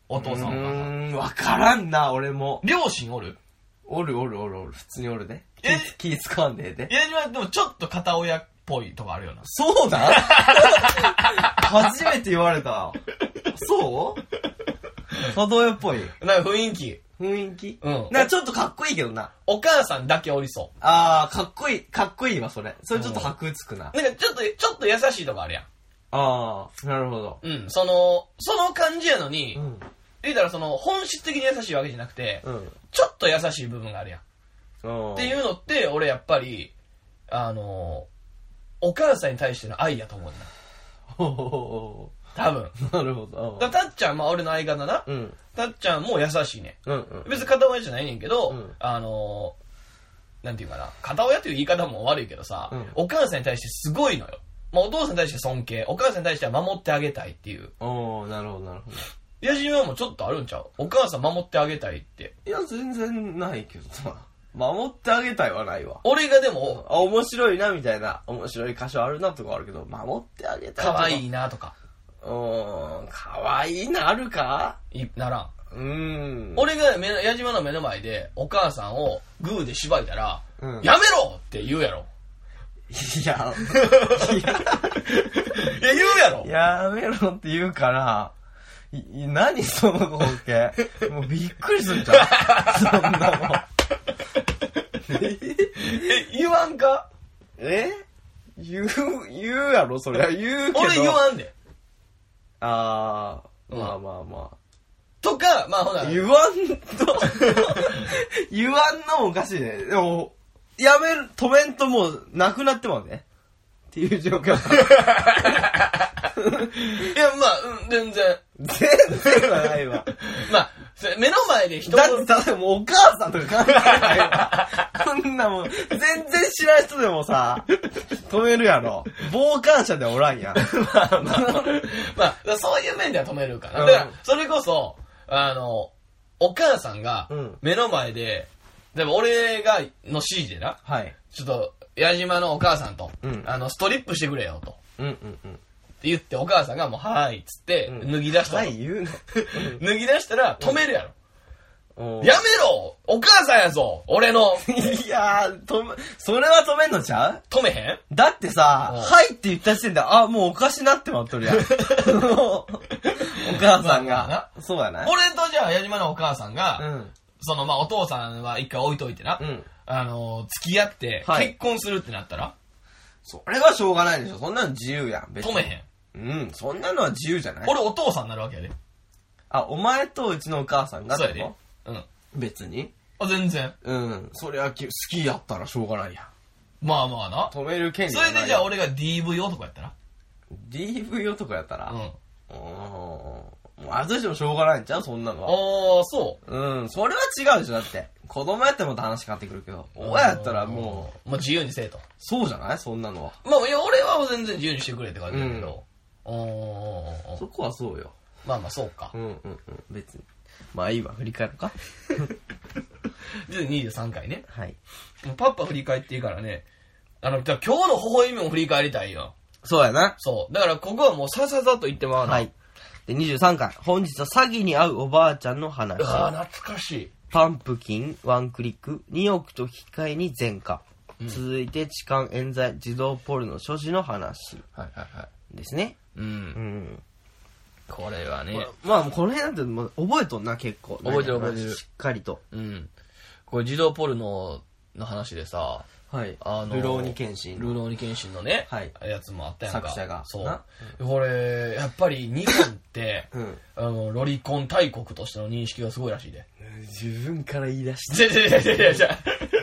Speaker 1: お父さんお母さん。
Speaker 2: うーん、わからんな、俺も。
Speaker 1: 両親おる
Speaker 2: おるおるおるおる、普通におるで。
Speaker 1: え
Speaker 2: 気気使わんでええで。
Speaker 1: 矢島でもちょっと片親っぽいとこあるよな。
Speaker 2: そうだ初めて言われたわ。そう里親っぽい
Speaker 1: なんか雰囲気。
Speaker 2: 雰囲気
Speaker 1: うん
Speaker 2: なんかちょっとかっこいいけどな。
Speaker 1: お母さんだけおりそ
Speaker 2: あー、かっこいい、かっこいいわ、それ。それちょっと白つくな。
Speaker 1: う。なんかちょっと、ちょっと優しいとこあるやん。
Speaker 2: あー、なるほど。
Speaker 1: うん。その、その感じやのに、
Speaker 2: うん。
Speaker 1: 言うたらその、本質的に優しいわけじゃなくて、
Speaker 2: うん。
Speaker 1: ちょっと優しい部分があるやん。
Speaker 2: うん
Speaker 1: っていうのって、俺やっぱり、あのー、お母さんに対しての愛やと思うんだ。
Speaker 2: ほうほうほ
Speaker 1: 多分。
Speaker 2: う なるほど。
Speaker 1: だからたっちゃん、まあ俺の相方な。
Speaker 2: うん。
Speaker 1: たっちゃんも優しいね。
Speaker 2: うんうん。
Speaker 1: 別に片親じゃないねんけど、
Speaker 2: うん
Speaker 1: あのー、なんていうかな、片親という言い方も悪いけどさ、
Speaker 2: うん
Speaker 1: お母さんに対してすごいのよ。まあ、お父さんに対して尊敬、お母さんに対しては守ってあげたいっていう。
Speaker 2: おー、なるほど、なるほど。
Speaker 1: 矢島もちょっとあるんちゃうお母さん守ってあげたいって。
Speaker 2: いや、全然ないけどな。守ってあげたいはないわ。
Speaker 1: 俺がでも、
Speaker 2: あ、面白いな、みたいな。面白い箇所あるなとかあるけど、守ってあげたい。
Speaker 1: 可愛
Speaker 2: い。
Speaker 1: いなとか、
Speaker 2: うーん、かわいいな、あるか
Speaker 1: いならん。
Speaker 2: うーん。
Speaker 1: 俺が目の矢島の目の前で、お母さんをグーで縛いたら、
Speaker 2: うん
Speaker 1: やめろって言うや ろ。
Speaker 2: いや、
Speaker 1: いや、言うやろ
Speaker 2: やめろって言うから、いい何その光景。もうびっくりするじゃん。そんな
Speaker 1: え、言わんか
Speaker 2: もん。え言う、言うやろ、それは。言うけど。
Speaker 1: 俺言
Speaker 2: ん。
Speaker 1: わんで。
Speaker 2: あー、
Speaker 1: うん
Speaker 2: まあまあま
Speaker 1: とか、まあほな
Speaker 2: あ。、言わんと、 言わんのもおかしいね。でも、やめる、止めんともう、なくなってまうね。っていう状況。
Speaker 1: いや、まあ、うん、全然。
Speaker 2: 全然はないわ。
Speaker 1: まあ、それ目の前で人
Speaker 2: だ
Speaker 1: を
Speaker 2: っ、て、例えばもうお母さんとか関係ないわ。そんなもん、全然知らん人でもさ、止めるやろ。傍観者でおらんやん。
Speaker 1: まあまあ、まあ、そういう面では止めるか
Speaker 2: う
Speaker 1: な。
Speaker 2: ん
Speaker 1: だから、それこそ、あの、お母さんが
Speaker 2: うん
Speaker 1: 目の前で、でも俺が、の指示でな、
Speaker 2: はい。
Speaker 1: ちょっと、矢島のお母さんと、
Speaker 2: うん
Speaker 1: あの、ストリップしてくれよ、と。っ
Speaker 2: うんうんうん。
Speaker 1: て言って、お母さんがもう、はーい、っつって、
Speaker 2: うん
Speaker 1: 脱ぎ出した
Speaker 2: は
Speaker 1: ら、
Speaker 2: い、言うの。
Speaker 1: 脱ぎ出したら、止めるやろ。
Speaker 2: うん
Speaker 1: やめろお母さんやぞ俺 の
Speaker 2: いやー、止め、それは止めんのちゃう
Speaker 1: 止めへん
Speaker 2: だってさ、
Speaker 1: うん
Speaker 2: はいって言った時点で、あ、もうおかしなってまっと るやん。もうお母さんが。そうやな。
Speaker 1: 俺とじゃあ矢島のお母さんが、
Speaker 2: うん。
Speaker 1: そのまあお父さんは一回置いといてな、
Speaker 2: うん。
Speaker 1: あの付き合って
Speaker 2: はい
Speaker 1: 結婚するってなったら
Speaker 2: それはしょうがないでしょ。そんなの自由やん。別に
Speaker 1: 止めへん
Speaker 2: うん、そんなのは自由じゃない
Speaker 1: 俺お父さんになるわけやで
Speaker 2: あ、お前とうちのお母さんが
Speaker 1: そうや
Speaker 2: って
Speaker 1: で
Speaker 2: こ
Speaker 1: うん
Speaker 2: と別に。
Speaker 1: あ全然
Speaker 2: うん、それはき好きやったらしょうがないやん。
Speaker 1: まあまあな
Speaker 2: 止める権利
Speaker 1: そ
Speaker 2: はな
Speaker 1: れ
Speaker 2: い
Speaker 1: でじゃあ俺が DV 男やったら
Speaker 2: DV 男やったら、
Speaker 1: う
Speaker 2: うん
Speaker 1: ん
Speaker 2: ーん、もうあれとしてもしょうがないんちゃうそんなのは。
Speaker 1: ああそ
Speaker 2: うん、それは違うでしょ、だって。子供やってもまた話変わってくるけど、
Speaker 1: う
Speaker 2: 親やったらもう、
Speaker 1: うもう自由にせえと
Speaker 2: そうじゃないそんなのは。
Speaker 1: まあいや俺は全然自由にしてくれって感じだけど、おーおーおーおー
Speaker 2: そこはそうよ。
Speaker 1: まあまあそうか
Speaker 2: うんうんうん、別に。まあいいわ、振り返 るか。
Speaker 1: で23回ね
Speaker 3: はい。
Speaker 1: もうパッパ振り返っていいからねあのだから今日の微笑みも振り返りたいよ
Speaker 2: そうやな。
Speaker 1: そうだからここはもうさささっと言ってもらわな
Speaker 3: はい。で、23回。本日は詐欺に遭うおばあちゃんの話。
Speaker 1: ああ懐かしい
Speaker 3: パンプキン、ワンクリック、2億と引き換えに前科。続いて、痴漢、冤罪、児童ポルノ所持の話
Speaker 2: はいはいはい。
Speaker 3: ですね。
Speaker 1: う
Speaker 3: うんん。
Speaker 1: これはね
Speaker 3: まあ、この辺なんてもう覚えとんな、結構。
Speaker 1: 覚えてる覚えてる
Speaker 3: しっかりと。
Speaker 1: うんこれ児童ポルノの話でさ
Speaker 2: はい。
Speaker 1: あの
Speaker 2: ルローニケンシン。
Speaker 1: ルローニケンシンのね、
Speaker 2: はい
Speaker 1: やつもあったやんか
Speaker 2: 作者が
Speaker 1: そう
Speaker 2: な、
Speaker 1: これやっぱり日本って、
Speaker 2: うん
Speaker 1: あのロリコン大国としての認識がすごいらしいで
Speaker 2: 自分から言い出し
Speaker 1: 違う違う違う違う違う
Speaker 2: た。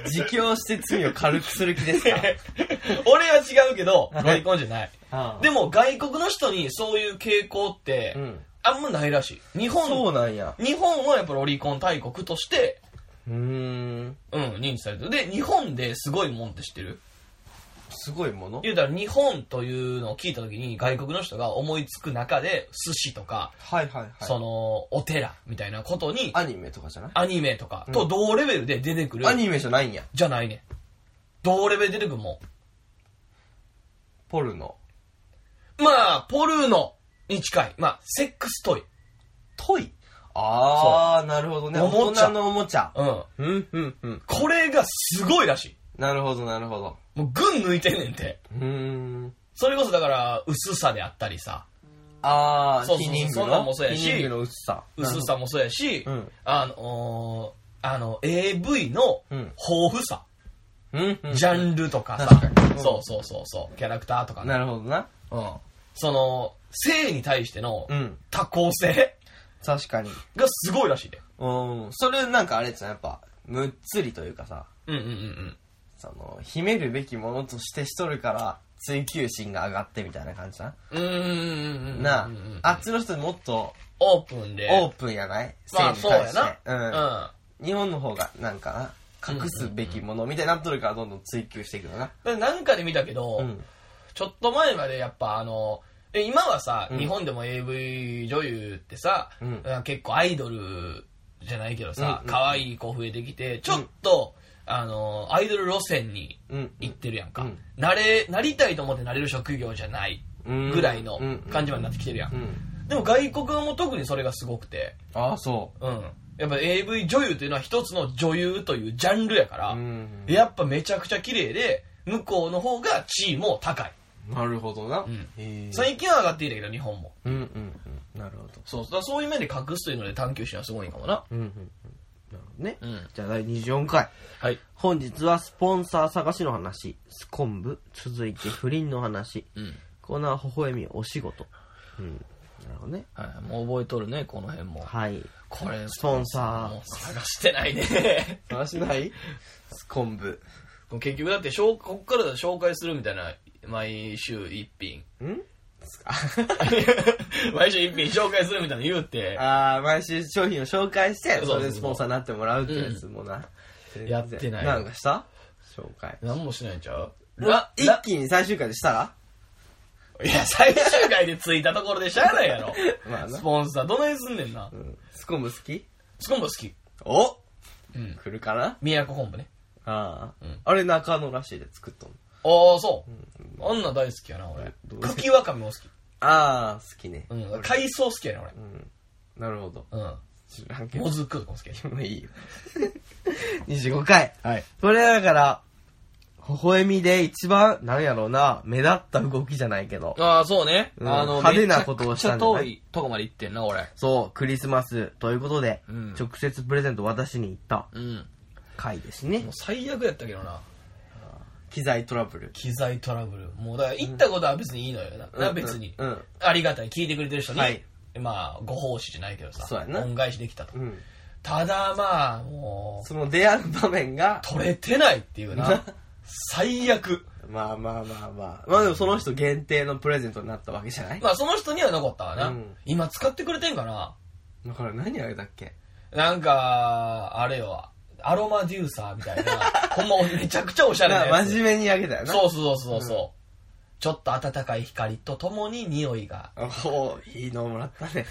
Speaker 2: 自供して罪を軽くする気です か
Speaker 1: 俺は違うけどロリコンじゃない
Speaker 2: ああ
Speaker 1: でも外国の人にそういう傾向って、
Speaker 2: うん
Speaker 1: あんまないらしい日
Speaker 2: そう
Speaker 1: 本
Speaker 2: なんや。
Speaker 1: 日本はやっぱロリコン大国として
Speaker 2: うーん。
Speaker 1: うん認知されてるで日本ですごいもんって知ってる
Speaker 2: すごいもの
Speaker 1: 言うたら日本というのを聞いた時に外国の人が思いつく中で寿司とか
Speaker 2: はいはいはい。
Speaker 1: その、お寺みたいなことに、
Speaker 2: アニメとかじゃない
Speaker 1: アニメとかと同レベルで出てくる。
Speaker 2: アニメじゃないんや。
Speaker 1: じゃないね。同レベルで出てくるも
Speaker 2: ポルノ。
Speaker 1: ん。まあ、ポルノに近い。まあ、セックストイ。
Speaker 2: トイあー、なるほどね。
Speaker 1: おもちゃ
Speaker 2: 大人のおもちゃ。
Speaker 1: うん。
Speaker 2: うん、うん、うん。
Speaker 1: これがすごいらし
Speaker 2: なるほど、なるほど。
Speaker 1: い。もう、群抜いてんねんて。
Speaker 2: うーん。
Speaker 1: それこそだから、薄さであったりさ、
Speaker 2: あ
Speaker 1: そう
Speaker 2: ー、
Speaker 1: そうそう
Speaker 2: ヒニング
Speaker 1: そんなんも
Speaker 2: の、
Speaker 1: そうやし
Speaker 2: ヒニングの薄さ。
Speaker 1: 薄さもそうやし、
Speaker 2: うん
Speaker 1: あのーあの、AV の
Speaker 2: うん
Speaker 1: 豊富さ、
Speaker 2: うん、うん。
Speaker 1: ジャンルとかさ、
Speaker 2: 確かにうん
Speaker 1: そうそうそうそう、キャラクターとかね
Speaker 2: なるほどな。
Speaker 1: うん。その、性に対しての
Speaker 2: うん
Speaker 1: 多項性
Speaker 2: 確かに。
Speaker 1: がすごいらしいで。
Speaker 2: うん。それなんかあれじゃん、やっぱ、むっつりというかさ、
Speaker 1: うんうんうんうん。
Speaker 2: その、秘めるべきものとしてしとるから、追求心が上がってみたいな感じだ
Speaker 1: うーん。
Speaker 2: な。
Speaker 1: う
Speaker 2: なん
Speaker 1: うんうん
Speaker 2: あ、あっちの人もっと
Speaker 1: オープンで。
Speaker 2: オープンやない
Speaker 1: まあそうや
Speaker 2: 性に対してうん。
Speaker 1: な。
Speaker 2: 日本の方がなんかな隠すべきものみたいになっとるからどんどん追求していくのな
Speaker 1: うん。なんかで見たけど、
Speaker 2: うん
Speaker 1: ちょっと前までやっぱあの、え今はさ、
Speaker 2: うん
Speaker 1: 日本でも AV 女優ってさ、
Speaker 2: うん
Speaker 1: 結構アイドルじゃないけどさ
Speaker 2: う、んうん
Speaker 1: 可愛、い子増えてきて、ちょっと、あの、アイドル路線に
Speaker 2: うん
Speaker 1: 行ってるやんか。
Speaker 2: うん
Speaker 1: なれ、なりたいと思ってなれる職業じゃないぐらいの感じまでなってきてるやん。
Speaker 2: うん
Speaker 1: でも外国も特にそれがすごくて、
Speaker 2: ああそ
Speaker 1: うん。やっぱ AV 女優というのは一つの女優というジャンルやから、
Speaker 2: ううん
Speaker 1: やっぱめちゃくちゃ綺麗で、向こうの方が地位も高い。
Speaker 2: なるほどな
Speaker 1: うん
Speaker 2: へえ
Speaker 1: 最近は上がっていいんだけど、日本も。
Speaker 2: うんうんうんなるほど
Speaker 1: そう、だからそういう面で隠すというので探求心はすごいんかもな。
Speaker 3: うん、うん、うん。なるほどね。
Speaker 1: うん
Speaker 3: じゃあ、第24回。
Speaker 1: はい。
Speaker 3: 本日はスポンサー探しの話、スコンブ、続いて不倫の話、
Speaker 1: うん。
Speaker 3: コーナー微笑みお仕事。うん。なるほどね。
Speaker 1: はい、もう覚えとるね、この辺も。
Speaker 3: はい。
Speaker 1: これ、
Speaker 3: スポンサ
Speaker 1: もう。
Speaker 3: ー
Speaker 1: 探してないね。
Speaker 2: 探しないスコンブ
Speaker 1: もう結局だって紹、こっから紹介するみたいな、毎週一 品。
Speaker 2: ん
Speaker 1: 毎週一品紹介するみたいなの言うて。
Speaker 2: ああ 毎週商品を紹介して
Speaker 1: そうそう
Speaker 2: そ
Speaker 1: そう
Speaker 2: れでスポンサーになってもらうってやつもな全然
Speaker 1: やってない
Speaker 2: なんかした紹介
Speaker 1: 何もしないんちゃう
Speaker 2: な
Speaker 1: な、
Speaker 2: 一
Speaker 1: な
Speaker 2: 気に最終回でしたら
Speaker 1: いや、最終回で着いたところでしゃ あないやろ。
Speaker 2: まあな
Speaker 1: スポンサー、どないすんねんな
Speaker 2: う。んスコンブ好き
Speaker 1: スコンボ好き。
Speaker 2: お
Speaker 1: うん。
Speaker 2: 来るかな
Speaker 1: 宮古本部ね。
Speaker 2: あ
Speaker 1: う
Speaker 2: あ、
Speaker 1: ん
Speaker 2: あれ中野らしいで作っとんの
Speaker 1: ああ、そう。あんな大好きやな、俺。茎わかめも好き。
Speaker 2: ああ好きね
Speaker 1: うん。海藻好きやな、俺。
Speaker 2: うんなるほど
Speaker 1: うん。
Speaker 2: 知らんけど
Speaker 1: も。ずくとかも好きやし。
Speaker 3: もう いいよ。25回。
Speaker 1: はい。
Speaker 3: これだから、微笑みで一番、なんやろうな、目立った動きじゃないけど。
Speaker 1: ああ、そうね。
Speaker 3: うん
Speaker 1: あの、
Speaker 3: 派手なことをしたんじゃない
Speaker 1: めちゃくちゃ遠いとこまで行ってんな、俺。
Speaker 3: そう、クリスマスということで、
Speaker 1: うん
Speaker 3: 直接プレゼント渡しに行った
Speaker 1: うん。
Speaker 3: 回ですね
Speaker 1: もう。最悪やったけどな。
Speaker 2: 機材トラブル。
Speaker 1: 機材トラブル。もう、だから行ったことは別にいいのよな。な別に。
Speaker 2: うんうん
Speaker 1: ありがたい。聞いてくれてる人に。
Speaker 2: はい
Speaker 1: まあ、ご奉仕じゃないけどさ。
Speaker 2: そうやな
Speaker 1: 恩返しできたと。
Speaker 2: うん。
Speaker 1: ただまあ、もう、
Speaker 2: その出会う場面が、
Speaker 1: 取れてないっていうな。最悪。
Speaker 2: まあまあまあまあ。まあでもその人限定のプレゼントになったわけじゃない
Speaker 1: まあ、その人には残ったわな。
Speaker 2: うん
Speaker 1: 今使ってくれてんかな。
Speaker 2: だから何あげたっけ
Speaker 1: なんか、あれよ、アロマデューサーみたいな。 ほんま、めちゃくちゃおしゃれな
Speaker 2: な
Speaker 1: や
Speaker 2: 真
Speaker 1: つ。
Speaker 2: 面目にあげたよな。
Speaker 1: そうそうそうそう。うちょっと暖かい光とともに匂いが
Speaker 2: おーいいのもらった ね。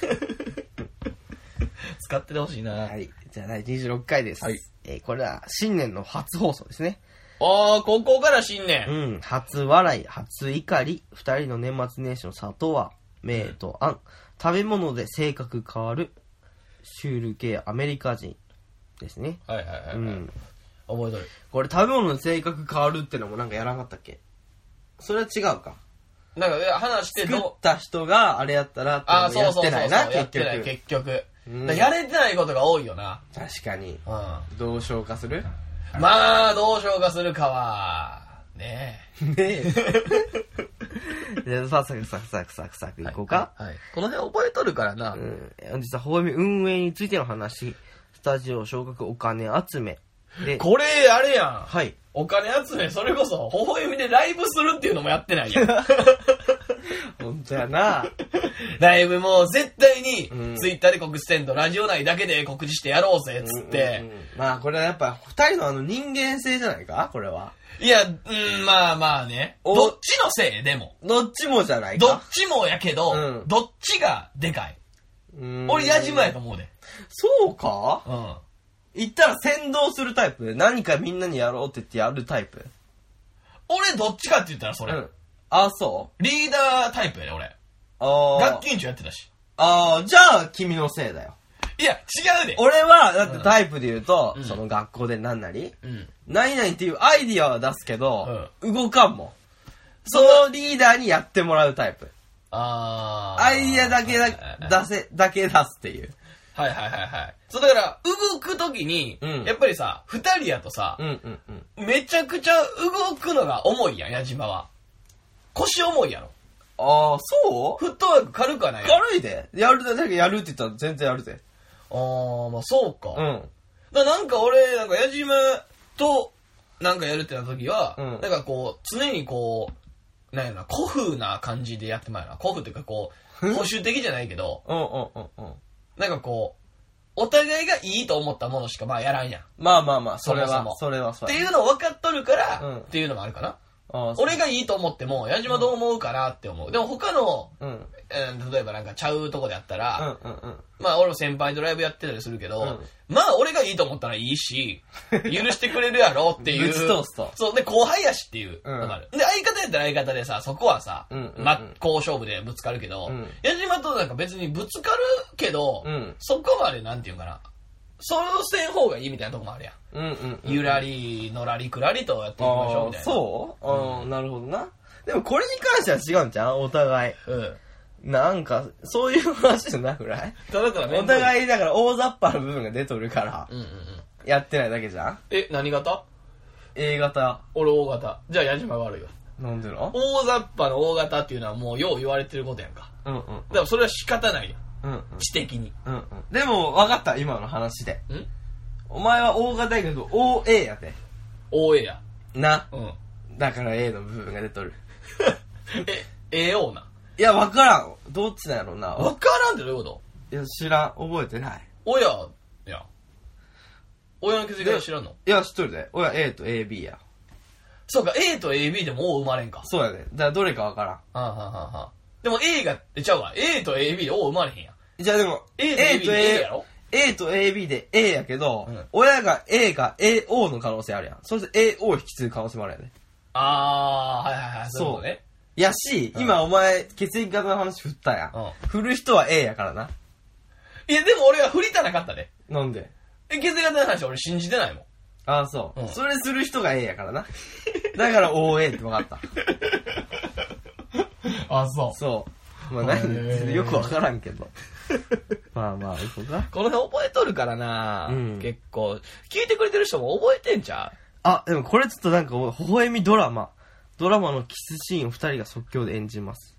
Speaker 1: 使っててほしいな。
Speaker 3: はい。じゃあ第26回です。
Speaker 1: はい
Speaker 3: えーこれは新年の初放送ですね。
Speaker 1: ああ、ここから新
Speaker 3: う
Speaker 1: 年。
Speaker 3: ん。初笑い、初怒り、二人の年末年始の砂糖は、名とあん。食べ物で性格変わる、シュール系アメリカ人ですね。
Speaker 1: はいはいはい、はい
Speaker 3: うん。
Speaker 1: 覚えとる。
Speaker 3: これ食べ物で性格変わるって
Speaker 2: ってのもなんかやらなかったっけそれは違うか。
Speaker 1: なんかえ、話して
Speaker 2: 作っ
Speaker 1: どう、
Speaker 2: た人があれやったらって
Speaker 1: ああ、
Speaker 2: いうの
Speaker 1: そ
Speaker 2: や
Speaker 1: う
Speaker 2: っ
Speaker 1: そう
Speaker 2: て
Speaker 1: そうそ。
Speaker 2: ないうな、
Speaker 1: や
Speaker 2: 結
Speaker 1: ってない、
Speaker 2: 局。
Speaker 1: 結局。
Speaker 2: うん
Speaker 1: だからやれてないことが多いよな。
Speaker 2: 確かに。
Speaker 1: うん。
Speaker 2: どう消化する
Speaker 1: まあ、どう消化するかは、ね
Speaker 2: ねえ。
Speaker 3: で、サクサクサクサクサクサクいこうか。
Speaker 1: え。はい。この辺覚えとるからな。
Speaker 3: うん。実は、ほほみ運営についての話、スタジオ昇格お金集め。で、
Speaker 1: これ、あれやん。
Speaker 3: はい。
Speaker 1: お金集め、それこそ、微笑みでライブするっていうのもやってないやん。
Speaker 2: 本当やな。
Speaker 1: ライブもう絶対に
Speaker 2: う、ん
Speaker 1: ツイッターで告知せんと、ラジオ内だけで告知してやろうぜ、つって。
Speaker 2: うんうんうんまあこれはやっぱ二人のあの人間性じゃないかこれは。
Speaker 1: いや、うん、まあまあね。
Speaker 2: お
Speaker 1: どっちのせいでも。
Speaker 2: どっちもじゃない
Speaker 1: どっ
Speaker 2: か。
Speaker 1: ちもやけど、
Speaker 2: うん
Speaker 1: どっちがでかい。
Speaker 2: うん
Speaker 1: 俺、矢島やと思うで。
Speaker 2: そうか
Speaker 1: うん。
Speaker 2: 言ったら先導するタイプ何かみんなにやろうって言ってやるタイプ
Speaker 1: 俺、どっちかって言ったらそれ。
Speaker 2: うん。ああ、そう
Speaker 1: リーダータイプやで、俺。
Speaker 2: ああ。
Speaker 1: 楽器長やってたし。
Speaker 2: ああ、じゃあ君のせいだよ。
Speaker 1: いや、違うで。
Speaker 2: 俺は、だってタイプで言うと、
Speaker 1: うん
Speaker 2: その学校で何なり
Speaker 1: うん。
Speaker 2: 何々っていうアイディアは出すけど、動かんもん。そのリーダーにやってもらうタイプ。
Speaker 1: あー。
Speaker 2: アイディアだけだ出せ、だけ出すっていう。
Speaker 1: はいはいはいはい。そうだから、動くときに、
Speaker 2: うん
Speaker 1: やっぱりさ、二人やとさ
Speaker 2: う、んうんうん。
Speaker 1: めちゃくちゃ動くのが重いやん、矢島は。腰重いやろ。
Speaker 2: ああ、そう
Speaker 1: フットワーク軽くはないやん。あ
Speaker 2: 軽いで。やるだけやるって言ったら全然やるぜ。
Speaker 1: ー、まあそうか。
Speaker 2: う
Speaker 1: だか
Speaker 2: ん。
Speaker 1: らなんか俺、なんか矢島となんかやるってなった時は、
Speaker 2: うん
Speaker 1: なんかこう、常にこう、なんやろな、古風な感じでやってまいな。古風というかこう、保守的じゃないけど、
Speaker 2: うんうんうんうん。
Speaker 1: なんかこう、お互いがいいと思ったものしかまあやらんやん。
Speaker 2: まあまあまあ、それ
Speaker 1: そもそ
Speaker 2: は
Speaker 1: も、
Speaker 2: それはそ
Speaker 1: って
Speaker 2: れ。
Speaker 1: いうのを分かっとるから、
Speaker 2: うん
Speaker 1: っていうのもあるかな。
Speaker 2: ああそう
Speaker 1: 俺がいいと思っても、矢島どう思うかなって思う。でも他の、
Speaker 2: うん。うん
Speaker 1: えー例えばなんかちゃうとこでやったら、
Speaker 2: うんうん。
Speaker 1: まあ俺も先輩とライブやってたりするけど、
Speaker 2: う
Speaker 1: まあ俺がいいと思ったらいいし、許してくれるやろって いう。
Speaker 2: ぶち通すと
Speaker 1: そう、で後輩やしっていう
Speaker 2: うん
Speaker 1: のがある。で相方やったら相方でさ、そこはさ、
Speaker 2: うんうんうん
Speaker 1: 真っ向勝負でぶつかるけど、
Speaker 2: うん
Speaker 1: 矢島となんか別にぶつかるけど、
Speaker 2: うん
Speaker 1: そこまでなんていうかな、そのせん方がいいみたいなとこもあるやん。
Speaker 2: うんうんうん。
Speaker 1: ゆらり、のらりくらりとやっていきましょうみた
Speaker 2: ああ、
Speaker 1: いな。
Speaker 2: そうああ、なるほどな。でもこれに関しては違うんじゃんお互い。
Speaker 1: うん。
Speaker 2: なんか、そういう話じゃなくない
Speaker 1: ただただ面
Speaker 2: お
Speaker 1: 倒い
Speaker 2: 互い、だから大雑把な部分が出とるから
Speaker 1: う、んうんうん。
Speaker 2: やってないだけじゃん
Speaker 1: え、何型
Speaker 2: ?A 型、
Speaker 1: 俺 O 型。じゃあ矢島が悪いわ。
Speaker 2: なんでの
Speaker 1: 大雑把の O 型っていうのはもうよう言われてることやんか。
Speaker 2: うんうん。
Speaker 1: だからそれは仕方ないやん。
Speaker 2: うんうん。
Speaker 1: 知的に。
Speaker 2: うんうん。でも、分かった、今の話で。
Speaker 1: ん
Speaker 2: お前は大型やけど、OA やで。
Speaker 1: ?OA や。
Speaker 2: な。
Speaker 1: うん。
Speaker 2: だから A の部分が出とる。
Speaker 1: え、AO な。
Speaker 2: いや、分からん。どっちなんやろうな。
Speaker 1: わからんってどういうこと
Speaker 2: いや、知らん。覚えてない。
Speaker 1: 親やん。親の気づき方知らんの
Speaker 2: いや、知っとるで。俺は A と AB や。
Speaker 1: そうか、A と AB でも O 生まれんか。
Speaker 2: そうやで。だからどれか分から
Speaker 1: はんはんはんはん。でも A が、えちゃうわ。A と AB で O 生まれへんやん。
Speaker 2: ん。じゃあでも、
Speaker 1: A と AB で A やろ
Speaker 2: A と AB で A やけど、
Speaker 1: うん
Speaker 2: 親が A が AO の可能性あるやん。そして AO 引き継ぐ可能性もあるやんね。
Speaker 1: あー、はいはいはい。そういうことね。
Speaker 2: やし、
Speaker 1: うん
Speaker 2: 今お前、血液型の話振ったやん。
Speaker 1: うん
Speaker 2: 振る人は A やからな。
Speaker 1: いや、でも俺は振りたなかったで。
Speaker 2: なんで
Speaker 1: え、血液型の話俺信じてないもん。
Speaker 2: ああ、そう、
Speaker 1: うん
Speaker 2: それする人がええやからな。だから OA って分 かった。
Speaker 1: あ、そ
Speaker 2: そう。まあ何、
Speaker 1: へー
Speaker 2: よくわからんけ ど。
Speaker 3: まあまあ、嘘か。
Speaker 1: この辺覚えとるからな、
Speaker 3: うん
Speaker 1: 結構。聞いてくれてる人も覚えてんじゃん。
Speaker 3: あ、でもこれちょっとなんか、微笑みドラマ。ドラマのキスシーンを二人が即興で演じます。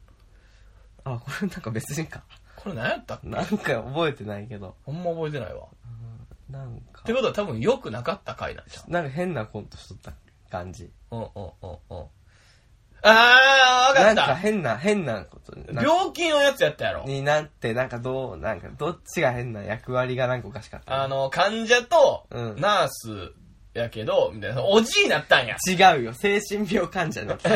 Speaker 3: あ、これなんか別人か。
Speaker 1: これ何やったっけ
Speaker 2: なんか覚えてないけど。
Speaker 1: ほんま覚えてないわ。
Speaker 2: なん
Speaker 1: っ
Speaker 2: か
Speaker 1: て、ことは多分良くなかった回なんじゃん。
Speaker 2: なんか変なコントしとった感じ。
Speaker 1: うんうんうんうん。あー、わか
Speaker 2: な
Speaker 1: っ
Speaker 2: んか
Speaker 1: た。
Speaker 2: 変な、変なことにな
Speaker 1: 病気のやつやったやろ。
Speaker 2: になって、なんかどう、なんかどっちが変な役割がなんかおかしかった。
Speaker 1: あの、患者と
Speaker 2: うん
Speaker 1: ナースやけど、みたいな、おじいになったんや。
Speaker 2: 違うよ、精神病患 者の。
Speaker 1: なんか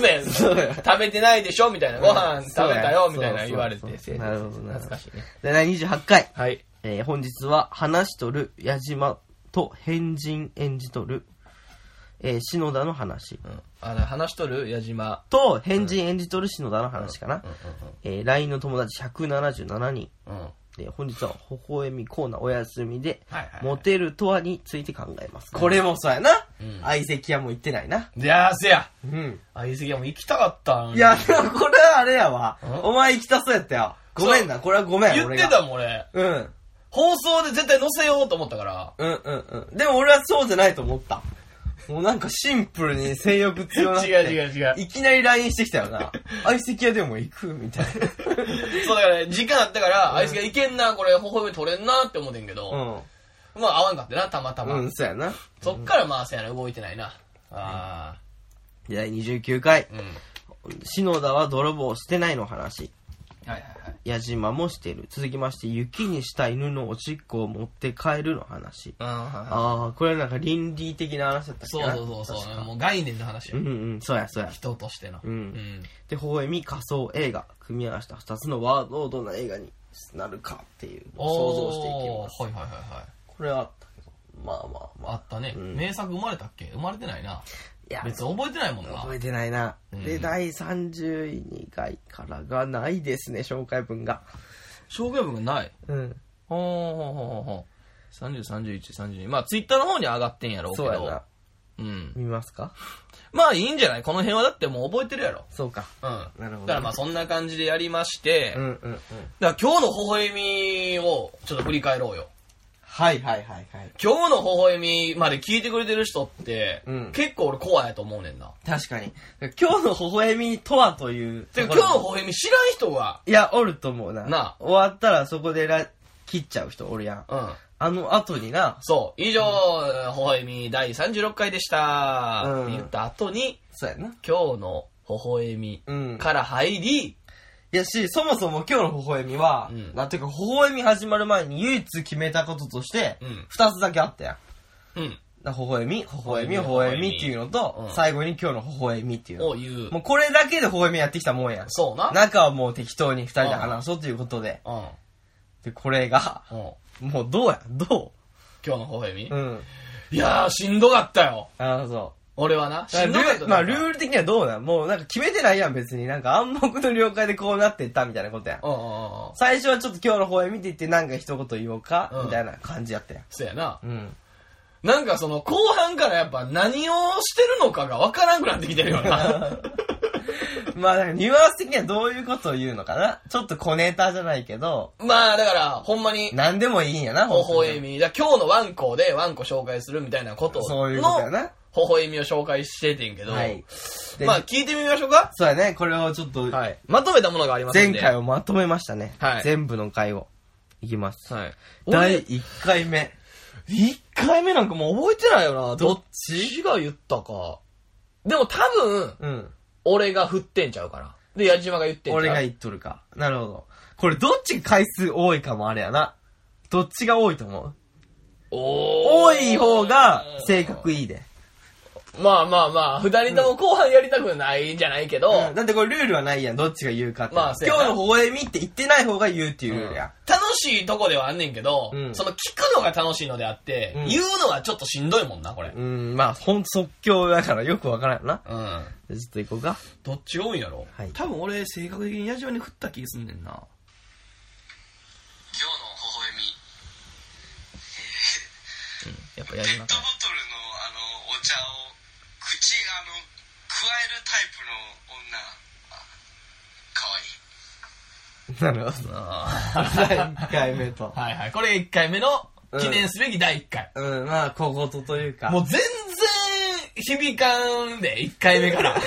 Speaker 1: ね、
Speaker 2: そうや
Speaker 1: 食べてないでしょみたいな、ご飯食べたよみたいな言われて
Speaker 2: そう。そうそう
Speaker 3: なるほどな。
Speaker 1: 懐かしいね。
Speaker 3: で、第28回。
Speaker 1: はい。
Speaker 3: えー本日は話しとる矢島と変人演じとる、えー篠田の話
Speaker 1: うん。あの、話しとる矢島。
Speaker 3: と変人演じとる篠田の話かな、えー LINE の友達177人
Speaker 1: うん。はい
Speaker 3: で本日は微笑みコーナーお休みで、
Speaker 1: はいはい
Speaker 3: モテるとはについて考えます
Speaker 2: これもそうやな
Speaker 1: うん。
Speaker 2: 相席屋も行ってないな。
Speaker 1: いやー、せや。
Speaker 2: うん。
Speaker 1: あ、いすぎやもう行きたかったん
Speaker 2: いや、でもこれはあれやわ
Speaker 1: ん。
Speaker 2: お前行きたそうやったよ。ごめんな、これはごめん、
Speaker 1: 言っ
Speaker 2: 俺
Speaker 1: て
Speaker 2: が。
Speaker 1: たもん、俺。
Speaker 2: うん。
Speaker 1: 放送で絶対載せようと思ったから。
Speaker 2: うんうんうん。でも俺はそうじゃないと思った。もうなんかシンプルに性欲強 なって。
Speaker 1: 違う違う違う
Speaker 2: いきなり LINE してきたよな。相席屋でも行くみたい
Speaker 1: そうだから、時間あったから、あいつがいけんな、これ、微笑み取れんなって思ってんけ ど、
Speaker 2: な。
Speaker 1: まあ、合わんかったな、たまた
Speaker 2: うん。う
Speaker 1: ま
Speaker 2: ん、。そうやな。
Speaker 1: そっから、まあ、せやな、動いてないな。あ
Speaker 3: で第29回
Speaker 1: あ、うん。はい
Speaker 3: 篠田は泥棒をしてないの話
Speaker 1: はいはい。
Speaker 3: 矢島もしてる続きまして雪にした犬のおしっこを持って帰るの話
Speaker 1: うんはいはい
Speaker 3: ああこれなんか倫理的な話だったっけ
Speaker 1: そう
Speaker 3: な
Speaker 1: そうそうそう、もう概念の話
Speaker 3: う
Speaker 1: よ
Speaker 3: ん。うん、そうやそうや。
Speaker 1: 人としての。
Speaker 3: うん
Speaker 1: ん。
Speaker 3: で、微笑み仮想映画、組み合わせた2つのワードをどんな映画になるかっていうのを想像していきます。
Speaker 1: おーはいはいはいはい。
Speaker 2: これはあったけど。まあまあまあ。
Speaker 1: あったね。名作生まれたっけ生まれてないな。
Speaker 3: いや、
Speaker 1: 別に覚えてないもんな。
Speaker 3: 覚えてないな。
Speaker 1: うん
Speaker 3: で、第32回からがないですね、紹介文が。
Speaker 1: 障害文がない。
Speaker 3: うん。
Speaker 1: ほんほんほんほんほん。30、31、32。まあ、ツイッターの方に上がってんやろうけ
Speaker 3: そう
Speaker 1: ど。
Speaker 3: やな。
Speaker 1: うん。
Speaker 3: 見ますか
Speaker 1: まあ、いいんじゃないこの辺はだってもう覚えてるやろ。
Speaker 3: そうか。
Speaker 1: うん。
Speaker 2: なるほどね
Speaker 1: だからまあ、そんな感じでやりまして、
Speaker 2: うんうんう
Speaker 1: だか
Speaker 2: ん。
Speaker 1: ら今日の微笑みをちょっと振り返ろうよ。
Speaker 2: はいはいはいはい。
Speaker 1: 今日の微笑みまで聞いてくれてる人って、
Speaker 2: うん
Speaker 1: 結構俺コアやと思うねんな。
Speaker 2: 確かに。今日の微笑みとはという
Speaker 1: て
Speaker 2: と
Speaker 1: か
Speaker 2: ころ
Speaker 1: 今日の微笑み知らん人が、
Speaker 3: いや、おると思うな。
Speaker 1: なあ
Speaker 3: 終わったらそこでら切っちゃう人おるやん。
Speaker 1: うん。
Speaker 3: あの後にな、
Speaker 1: そう。以上、微笑み第36回でした。
Speaker 2: うん
Speaker 1: って言った後に、
Speaker 2: そうやな。
Speaker 1: 今日の微笑み
Speaker 2: うん。
Speaker 1: から入り、
Speaker 2: いやし、そもそも今日の微笑みは、
Speaker 1: うん
Speaker 2: なんていうか、微笑み始まる前に唯一決めたこととして
Speaker 1: うん、
Speaker 2: 二つだけあったやん。
Speaker 1: うん、
Speaker 2: だから微笑み、微笑み、微
Speaker 1: 微笑み
Speaker 2: 笑みっていうのと、
Speaker 1: うん
Speaker 2: 最後に今日の微笑みっていう
Speaker 1: を
Speaker 2: の。
Speaker 1: 言う
Speaker 2: も。うこれだけで微笑みやってきたもんやん。
Speaker 1: そうな。
Speaker 2: 中はもう適当に二人で話そうということで。
Speaker 1: うん、うん。
Speaker 2: で、これが、もうどうやど
Speaker 1: 今日の微笑み、
Speaker 2: ううん。
Speaker 1: いやー、しんどかったよ。
Speaker 2: ああ、そ
Speaker 1: 俺はな。
Speaker 2: う。だ
Speaker 1: し
Speaker 2: か
Speaker 1: んどからっ
Speaker 2: ル
Speaker 1: た
Speaker 2: ーまあ、ルール的にはどうなんもうなんか決めてないやん、別に。なんか暗黙の了解でこうなってったみたいなことやん。
Speaker 1: うんうんうんうん。
Speaker 2: 最初はちょっと今日の微笑みって言ってなんか一言言おうか、
Speaker 1: うん
Speaker 2: みたいな感じやったやん。
Speaker 1: そうやな。
Speaker 2: うん。
Speaker 1: なんかその、後半からやっぱ何をしてるのかがわからんくなってきてるよな。
Speaker 2: まあ、なんかニュアンス的にはどういうことを言うのかなちょっと小ネタじゃないけど、
Speaker 1: まあ、だから、ほんまに、
Speaker 2: なんでもいいんやな、
Speaker 1: 微
Speaker 2: 本当に
Speaker 1: 笑み。だから今日のワンコでワンコ紹介するみたいなことの、
Speaker 2: そういうことやな。
Speaker 1: 微笑みを紹介しててんけど、
Speaker 2: はい。で
Speaker 1: まあ、聞いてみましょうか。
Speaker 2: そうやね、これをちょっと、
Speaker 1: はい。まとめたものがありますん
Speaker 3: 前
Speaker 1: で。
Speaker 3: 回をまとめましたね。
Speaker 1: はい
Speaker 3: 全部の回を。いきます。
Speaker 1: はい。
Speaker 3: 第
Speaker 1: 第
Speaker 3: 1回目。
Speaker 1: 1回目なんかもう覚えてないよな。
Speaker 2: ど
Speaker 1: ど
Speaker 2: っ
Speaker 1: っちが言ったか。でも多分、
Speaker 2: うん。
Speaker 1: 俺が振ってんちゃうかな。で、矢島が言ってんちゃう。
Speaker 2: 俺が言っとるか。なるほど。これどっち回数多いかもあれやな。どっちが多いと思う
Speaker 1: 多
Speaker 2: 多い方が性格いいで。
Speaker 1: まあまあまあ、二人とも後半やりたくないんじゃないけど、
Speaker 2: うんだってこれルールはないやん、どっちが言うかって。
Speaker 1: まあそうや
Speaker 2: 今
Speaker 1: な
Speaker 2: 日の微笑みって言ってない方が言うっていうルールや。
Speaker 1: 楽しいとこではあんねんけど、
Speaker 2: うん
Speaker 1: その聞くのが楽しいのであって、
Speaker 2: うん
Speaker 1: 言うのはちょっとしんどいもんな、これ。
Speaker 2: うん、まあほんと即興だからよくわからんよな。
Speaker 1: うん。
Speaker 3: ちょっと行こうか。
Speaker 1: どっちが多いんやろ、
Speaker 3: はい
Speaker 1: 多分俺、性格的に矢島に振った気すんねんな。
Speaker 3: ぱやり
Speaker 4: ペッ
Speaker 3: ま
Speaker 4: ト
Speaker 3: す
Speaker 4: ボトルのあのお茶を口あの加えるタイプの女あかわいい
Speaker 2: なるほど。第1回 目と。
Speaker 1: はいはい。これ1回目の記念すべき第1回。
Speaker 2: うん、まあ、小言というか。
Speaker 1: もう全然響かんで、1回目 から。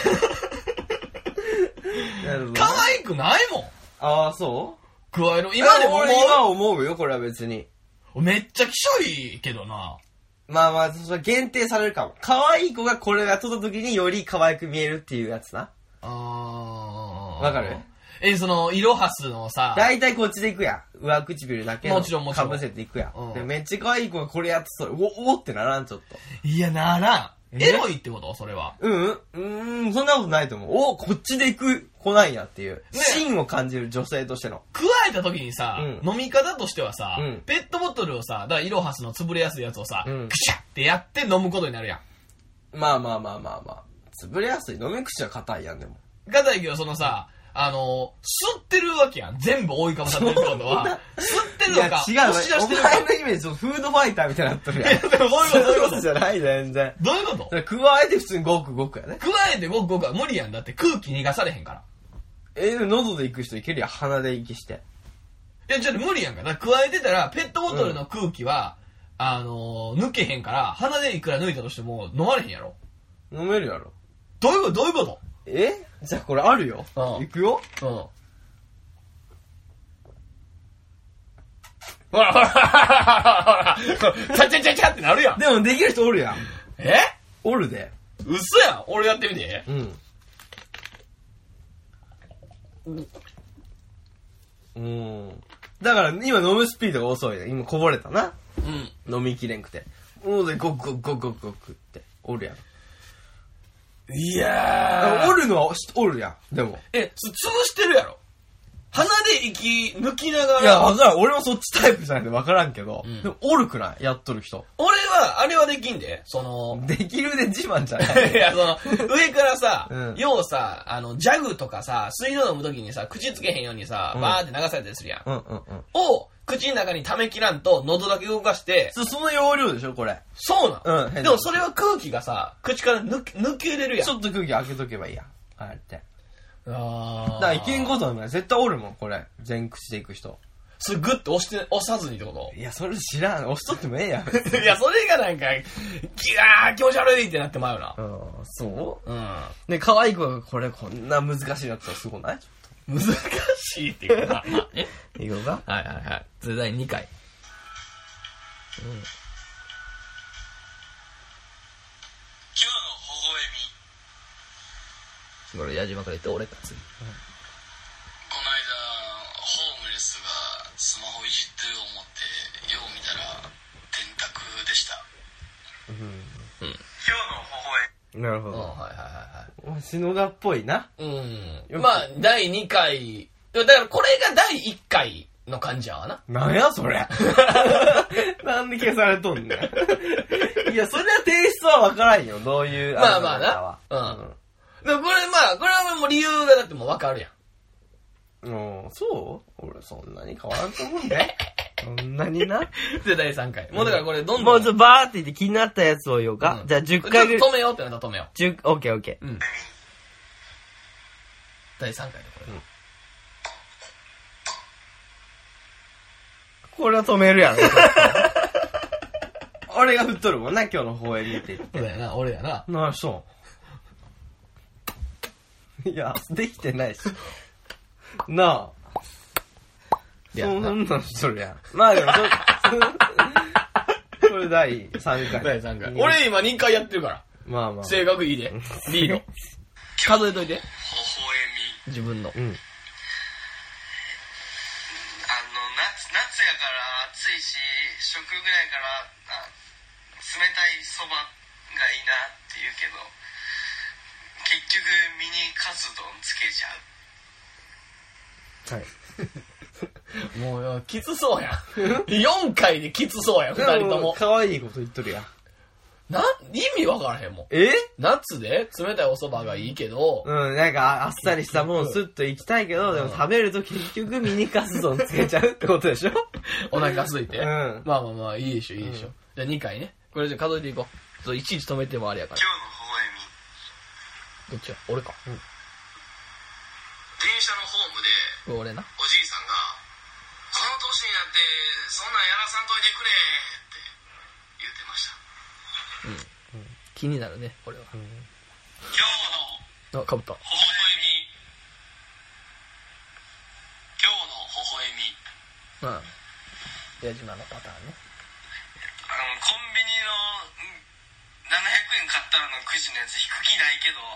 Speaker 2: なるほどね
Speaker 1: 可愛くないもん。
Speaker 2: ああ、そう
Speaker 1: 加える。今
Speaker 2: 今
Speaker 1: で
Speaker 2: で
Speaker 1: も
Speaker 2: も
Speaker 1: 思
Speaker 2: 俺今思うよ、これは別に。
Speaker 1: う。めっちゃきしょいけどな。
Speaker 2: まあまあ、それは限定されるかも。可愛い子がこれが撮った時により可愛く見えるっていうやつな。
Speaker 1: あ
Speaker 2: わかる
Speaker 1: え、その、イロハスのさ、
Speaker 2: 大体こっちでいくやん。上唇だけの
Speaker 1: もちろんもちろん
Speaker 2: 被せていくやん。
Speaker 1: うん
Speaker 2: でめっちゃ可愛い子がこれやってたら、お、おってならん、ちょっと。
Speaker 1: いや、ならん。
Speaker 2: え
Speaker 1: エロいってことそれは。
Speaker 2: うん、うーん、そんなことないと思う。お、こっちで行く子なんやっていう。芯を感じる女性としての。
Speaker 1: 加えた時にさ、
Speaker 2: う
Speaker 1: 飲み方としてはさ、
Speaker 2: うん
Speaker 1: ペットボトルをさ、だからイロハスの潰れやすいやつをさ、
Speaker 2: うん
Speaker 1: クシャってやって飲むことになるやん。
Speaker 2: まあまあまあまあまあ。潰れやすい。飲み口は硬いやん、でも。
Speaker 1: ガタイキはそのさ、あのー、吸ってるわけやん。全部覆いかぶさってるってことは。吸って
Speaker 2: い
Speaker 1: る
Speaker 2: や、
Speaker 1: のか、
Speaker 2: 違う。
Speaker 1: 押し出してる
Speaker 2: お
Speaker 1: のか。
Speaker 2: 前のイメージ、ちょっとフードファイターみたいになっとるやん。
Speaker 1: いやでもそういうこと、そういうこと。
Speaker 2: じゃない、全然。
Speaker 1: どういうこと
Speaker 2: だから加えて普通にごくごくやね。
Speaker 1: 加えてごくごくは無理やん。だって空気逃がされへんから。
Speaker 2: えー、でも喉で行く人いけるやん、鼻で息して。
Speaker 1: いや、ちょっと無理やんか。だから加えてたら、ペットボトルの空気は、あのー、抜けへんから、鼻でいくら抜いたとしても飲まれへんやろ。
Speaker 2: 飲めるやろ。
Speaker 1: どういうことどういうこ
Speaker 2: えじゃあこれあるよ。
Speaker 1: うん
Speaker 2: 行くよ。
Speaker 1: とうん。ほらほらほらほらほら、ちゃちゃちゃちゃってなるやん。
Speaker 2: でもできる人おるやん。
Speaker 1: え
Speaker 2: おるで。
Speaker 1: 嘘やん。俺やってみて。
Speaker 2: うん。うん。だから今飲むスピードが遅いね。今こぼれたな。
Speaker 1: うん。
Speaker 2: 飲みきれんくて。喉でゴクゴクゴクゴクって。おるやん。
Speaker 1: いや
Speaker 2: おるのはしおるやん。でも。
Speaker 1: え、そ潰してるやろ。鼻で息抜きながら。
Speaker 2: いや、わからん。俺もそっちタイプじゃないんでわからんけど。
Speaker 1: うん
Speaker 2: でもおるくないやっとる人。
Speaker 1: 俺は、あれはできんで。その、
Speaker 2: できるで自慢じゃない。
Speaker 1: いや、 その、上からさ、
Speaker 2: うん
Speaker 1: ようさ、あの、ジャグとかさ、水道飲むときにさ、口つけへんようにさ、
Speaker 2: うん
Speaker 1: バーって流されたりするやん。
Speaker 2: うんうんうん。
Speaker 1: を、口の中に溜めきらんと、喉だけ動かして、
Speaker 2: そその容量でしょ、これ。
Speaker 1: そうな
Speaker 2: う
Speaker 1: ん。
Speaker 2: ん変な
Speaker 1: でもそれは空気がさ、口から抜け抜けれるやん。
Speaker 2: ちょっと空気開けとけばいいやん。あれって。
Speaker 1: あ
Speaker 2: だからいけんことはない。絶対おるもん、これ。全口で行く人。
Speaker 1: それグッと押して、押さずにってこと
Speaker 2: いや、それ知らん。押しとってもええ やん。
Speaker 1: いや、それがなんか、ギャー気持ち悪いってなってまうな。
Speaker 2: うん、そ
Speaker 1: うん。
Speaker 2: うね、可愛い子がこれこんな難しいやつはすごない
Speaker 1: 難しいっていう か、まあね。
Speaker 3: いこうか。
Speaker 1: はいはいはい。それ第2回。
Speaker 4: 今日
Speaker 1: こ
Speaker 4: の微笑み
Speaker 1: れ矢島から言って俺か次。
Speaker 4: この間ホームレスがスマホいじってる思ってよう見たら電卓でした今日の微笑み
Speaker 2: なるほ
Speaker 1: うん、はい
Speaker 2: ど。
Speaker 1: はいは
Speaker 2: わしのがっぽいな。
Speaker 1: いはい。う
Speaker 2: よ
Speaker 1: ん。
Speaker 2: く
Speaker 1: まあ、第2回。だからこれが第1回の感じやわな。
Speaker 2: なんやそれ。 なんで消されとんねん。いや、それは提出はわからんよ。どういう。
Speaker 1: まあまあ
Speaker 2: れか
Speaker 1: なでもこれまあ、これはもう理由がだってもうわかるやん。
Speaker 2: うん。うん、そう俺そんなに変わらんと思うん だよ。
Speaker 3: そんなにな。
Speaker 1: で、第3回。もうだからこれどんどん。
Speaker 3: もうちょっとバーって言って気になったやつを言おうか。
Speaker 1: うん
Speaker 3: じゃあ10
Speaker 1: ちょっ
Speaker 3: 回
Speaker 1: と
Speaker 3: ぐらい。
Speaker 1: 止めようってなったら止めよ
Speaker 3: 10、オッケーオッケ
Speaker 1: う。うん。第3回でこれ。
Speaker 3: ー。これは止めるやろ。
Speaker 2: 俺が振っとるもんな、今日の放映見て。
Speaker 1: そうだよな、俺やな。
Speaker 2: なあ、そう。いや、できてないし。なあ。
Speaker 1: いや
Speaker 2: そん
Speaker 1: な
Speaker 2: なんしとるやん。まあでも、そこれ第3回。
Speaker 1: 第3回。俺今2回やってるから。
Speaker 2: まあまあ。
Speaker 1: 性格いいで。リー ド。数えといて。
Speaker 4: 微笑み
Speaker 1: 自分の。
Speaker 2: うん。
Speaker 4: あの夏夏やから暑いし食ぐらいからあ冷たいそばがいいなって言うけど結局ミニカツ丼つけち
Speaker 2: はい。
Speaker 4: ゃう
Speaker 1: もうよ、きつそうやん。4回できつそうやん、2人とも。
Speaker 2: 可愛いこと言っとるやん。
Speaker 1: な、意味わからへんもん。
Speaker 2: え
Speaker 1: 夏で冷たいお蕎麦がいいけど、
Speaker 2: うん、なんかあっさりしたもんスッと行きたいけど、でも食べると結局ミニカツ丼つけちゃうってことでしょ
Speaker 1: お腹空いて。
Speaker 2: うん
Speaker 1: まあまあまあ、いいでしょ、いいでしょ。じゃあ2回ね。
Speaker 5: これじゃ数えていこう。そういちいち止めてもあれやから
Speaker 4: 今日。の微笑み
Speaker 5: どっちや俺か。
Speaker 4: 電車のホームで
Speaker 5: うん。俺な。
Speaker 4: おじいさんが「この年になってそんなんやらさんといてくれ」って言ってました
Speaker 5: 気になるね、これは。
Speaker 4: 今日の
Speaker 5: あ、かぶった。
Speaker 4: 微笑み今日の微笑み
Speaker 5: うん。矢島のパターンね。
Speaker 4: あのコンビニのうん700円買ったのくじのやつ引く気ないけどうん引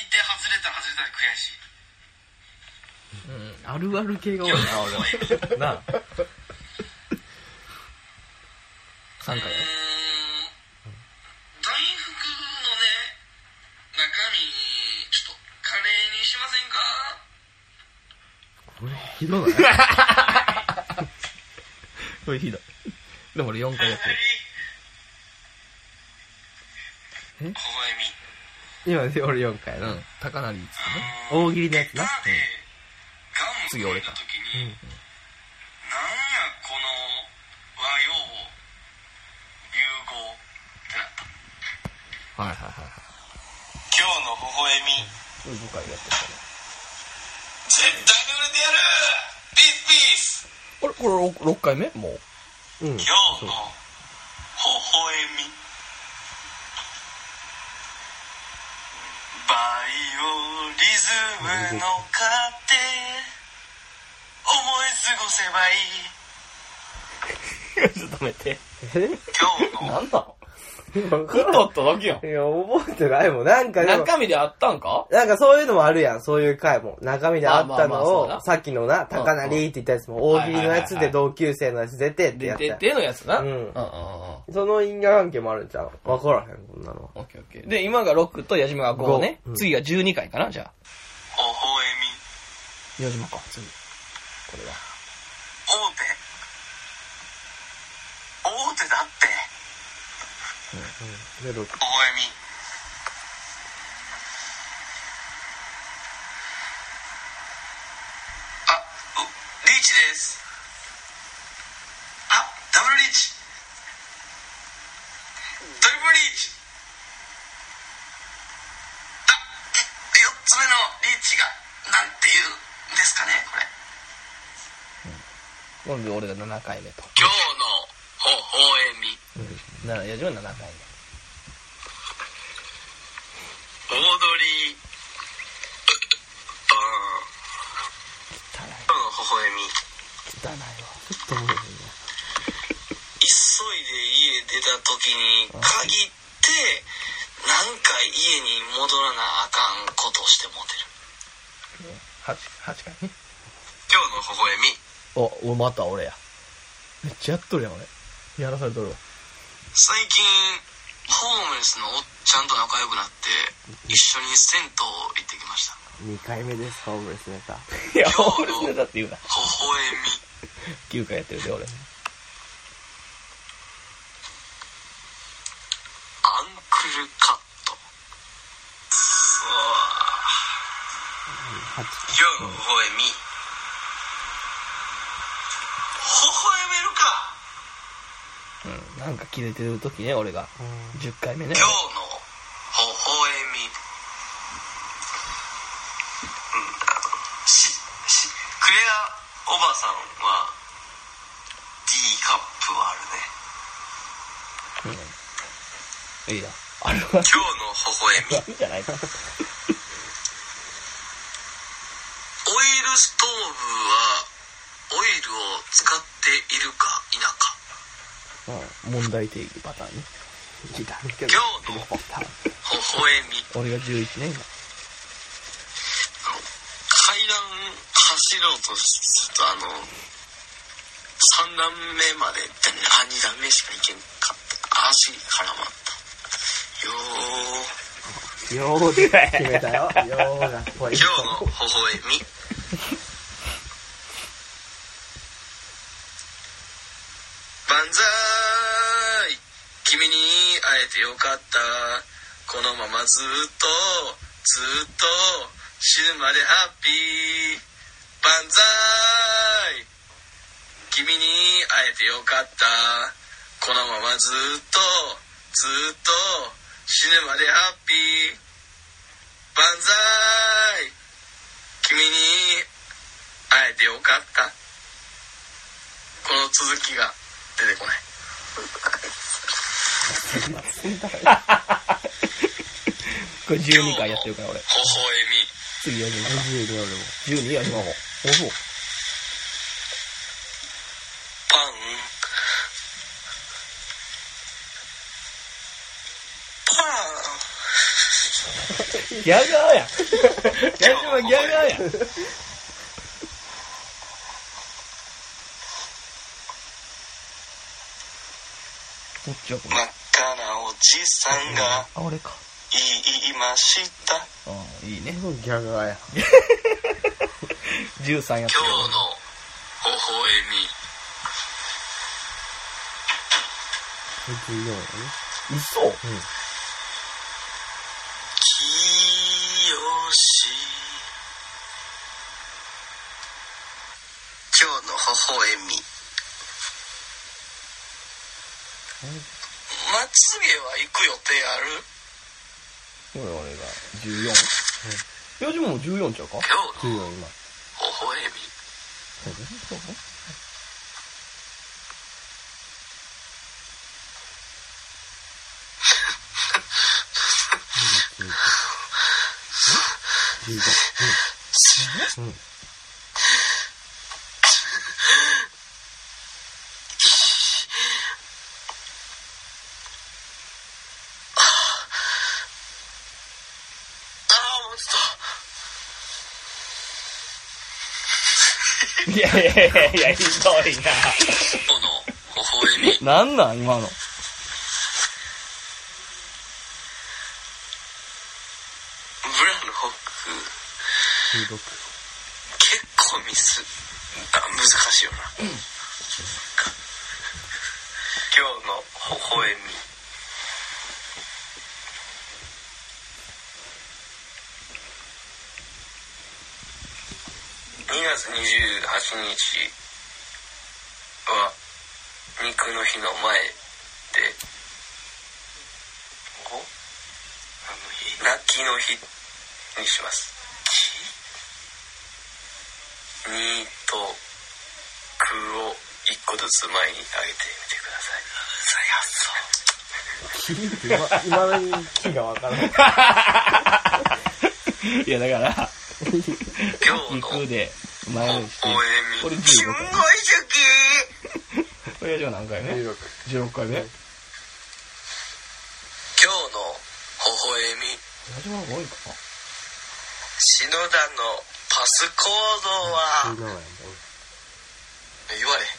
Speaker 4: いて外れたら外れたら悔しい
Speaker 3: あるある系が多いな、俺は。
Speaker 2: なあ。
Speaker 5: 3回や
Speaker 4: うーん大福のね中身ちょっとカレーにしませんか
Speaker 3: これ、ひ どない
Speaker 5: これひどい。でも俺4
Speaker 4: 微
Speaker 5: 回やってる。
Speaker 4: 笑み
Speaker 3: 今で俺4回
Speaker 5: う
Speaker 3: な。
Speaker 5: ん。高成いつね。
Speaker 3: 大喜利のやつな。
Speaker 4: だってガン
Speaker 5: 次俺か
Speaker 4: 食べた時に、なんやこの和洋融合ってなった
Speaker 5: はいはいはい。
Speaker 4: 今日の微笑み
Speaker 5: これ5回やって
Speaker 4: 絶対に売れてやるピースピース
Speaker 5: る。あれこれ 6, 6回目もう。
Speaker 3: うん。
Speaker 4: 今日の微笑みバイオリズムの糧思い過ごせ
Speaker 1: ち
Speaker 4: ばいい
Speaker 1: ょっと止めて。
Speaker 4: 今日の
Speaker 1: なんだろ
Speaker 2: い
Speaker 1: ふとっただけやん。
Speaker 2: や、覚えてないもん。なんかでも、
Speaker 1: 中身であったんか
Speaker 2: なんかそういうのもあるやん。そういう回も。中身であった
Speaker 1: まあまあま
Speaker 2: の
Speaker 1: あそう
Speaker 2: を、
Speaker 1: だな
Speaker 2: さっきのな、高成って言ったやつも、大喜利のやつで同級生のやつ出てって
Speaker 1: で
Speaker 2: や、った
Speaker 1: で、
Speaker 2: やん。
Speaker 1: でのやつな。
Speaker 2: うん
Speaker 1: うんうんうん。オ
Speaker 2: その因果関係もあるんちゃうわからへん、こんなのは。
Speaker 5: ッケーオッケー。で、今が6と矢島が5ね。
Speaker 2: 五うん
Speaker 5: 次が12回かな、じゃあ。
Speaker 4: 微笑み
Speaker 5: 矢島か、次。これは。
Speaker 4: 大手大手だって
Speaker 2: で、6。
Speaker 4: 微笑みあうリーチですあダブルリーチトリプルリーチあ4つ目のリーチがなんていうんですかねこれ
Speaker 5: 今度俺が7回目と。
Speaker 4: 今日の微笑み
Speaker 5: な矢島7回
Speaker 4: オードリーうん今日の微笑み
Speaker 5: 目。汚いわ。
Speaker 4: 急いで家出た時に限ってなんか家に戻らなあかんことをしてもうてる
Speaker 5: 8、8回ね。
Speaker 4: 今日の微笑み
Speaker 5: お、お、また俺や。めっちゃやっとるやん、俺。やらされとるわ。
Speaker 4: 最近ホームレスのおっちゃんと仲良くなって一緒に銭湯行ってきました
Speaker 2: 2回目です、ホームレスネタ。
Speaker 5: いや、俺だって言うな。
Speaker 4: 微笑み
Speaker 5: 9回やってるで、俺。
Speaker 4: アンクルカットそう今日の微笑み微笑める
Speaker 5: う
Speaker 4: か
Speaker 5: ん。なんか切れてる時ね、俺が。10回目ね
Speaker 4: 今日。の微笑み、うん、あのししクレアおばさんは D カップはあるね
Speaker 5: いいな。あれは、
Speaker 4: 今日の微笑み
Speaker 5: いいじゃないか。
Speaker 4: オイルストーブはオイルを使っているか否か
Speaker 5: うん。問題定義パターンね。
Speaker 4: 今日の微笑み
Speaker 5: 俺が11年
Speaker 4: 階段走ろうとするとあの3段目まで行ってねあ2段目しか行けんかった足に絡まったよ
Speaker 2: よ
Speaker 4: ー
Speaker 2: うで決めたよ。ようがポイン
Speaker 4: 今日の微笑み万歳君に会えてよかったこのままずっとずっと死ぬまでハッピー万歳君に会えてよかったこのままずっとずっと死ぬまでハッピー万歳君に会えてよかったこの続きが出てこない
Speaker 2: これ12回やってるから、俺。
Speaker 4: 微笑み
Speaker 2: 次やりましょう。12やりましょう。おそう。
Speaker 4: パンパン
Speaker 2: ギャガーや。大丈夫、ギャガーや。どっちやこれ
Speaker 4: 真っ赤なおじさんが
Speaker 2: あ、俺か。
Speaker 4: 言いました
Speaker 2: ああ、いいね。
Speaker 3: ギャガーや。
Speaker 2: 13やってる
Speaker 4: 今日の微笑み
Speaker 3: 14やね。
Speaker 2: 嘘
Speaker 4: きよし今日の微笑みまつげは行く予定
Speaker 2: こ
Speaker 4: ある
Speaker 2: れ俺が14。いや、でも14ちゃうか
Speaker 4: 今日の
Speaker 3: 14今。
Speaker 4: 微笑みああもうちょっ
Speaker 2: い
Speaker 4: と
Speaker 2: やいやいやいや、ひどい
Speaker 4: 今日の微笑み
Speaker 2: な。なんなん、今の。
Speaker 4: ブラのホック結構ミスあ難しいよな今日の微笑み2月28日は肉の日の前でおあの日泣きの日にします2と空を1個ずつ前に上げてみてください最発
Speaker 3: 今のに気がわからない。
Speaker 2: いや、だから、
Speaker 4: 今日の
Speaker 2: 肉で、前にして。
Speaker 4: 応援
Speaker 2: これ
Speaker 4: す
Speaker 2: 15
Speaker 4: んご
Speaker 2: 回。
Speaker 4: い好き
Speaker 2: これがじゃあ何回目 ?16 回目。
Speaker 4: 今日の微笑み
Speaker 2: 始まるの多いかな
Speaker 4: 篠田のパスコードは
Speaker 3: 14やね。
Speaker 4: 言われ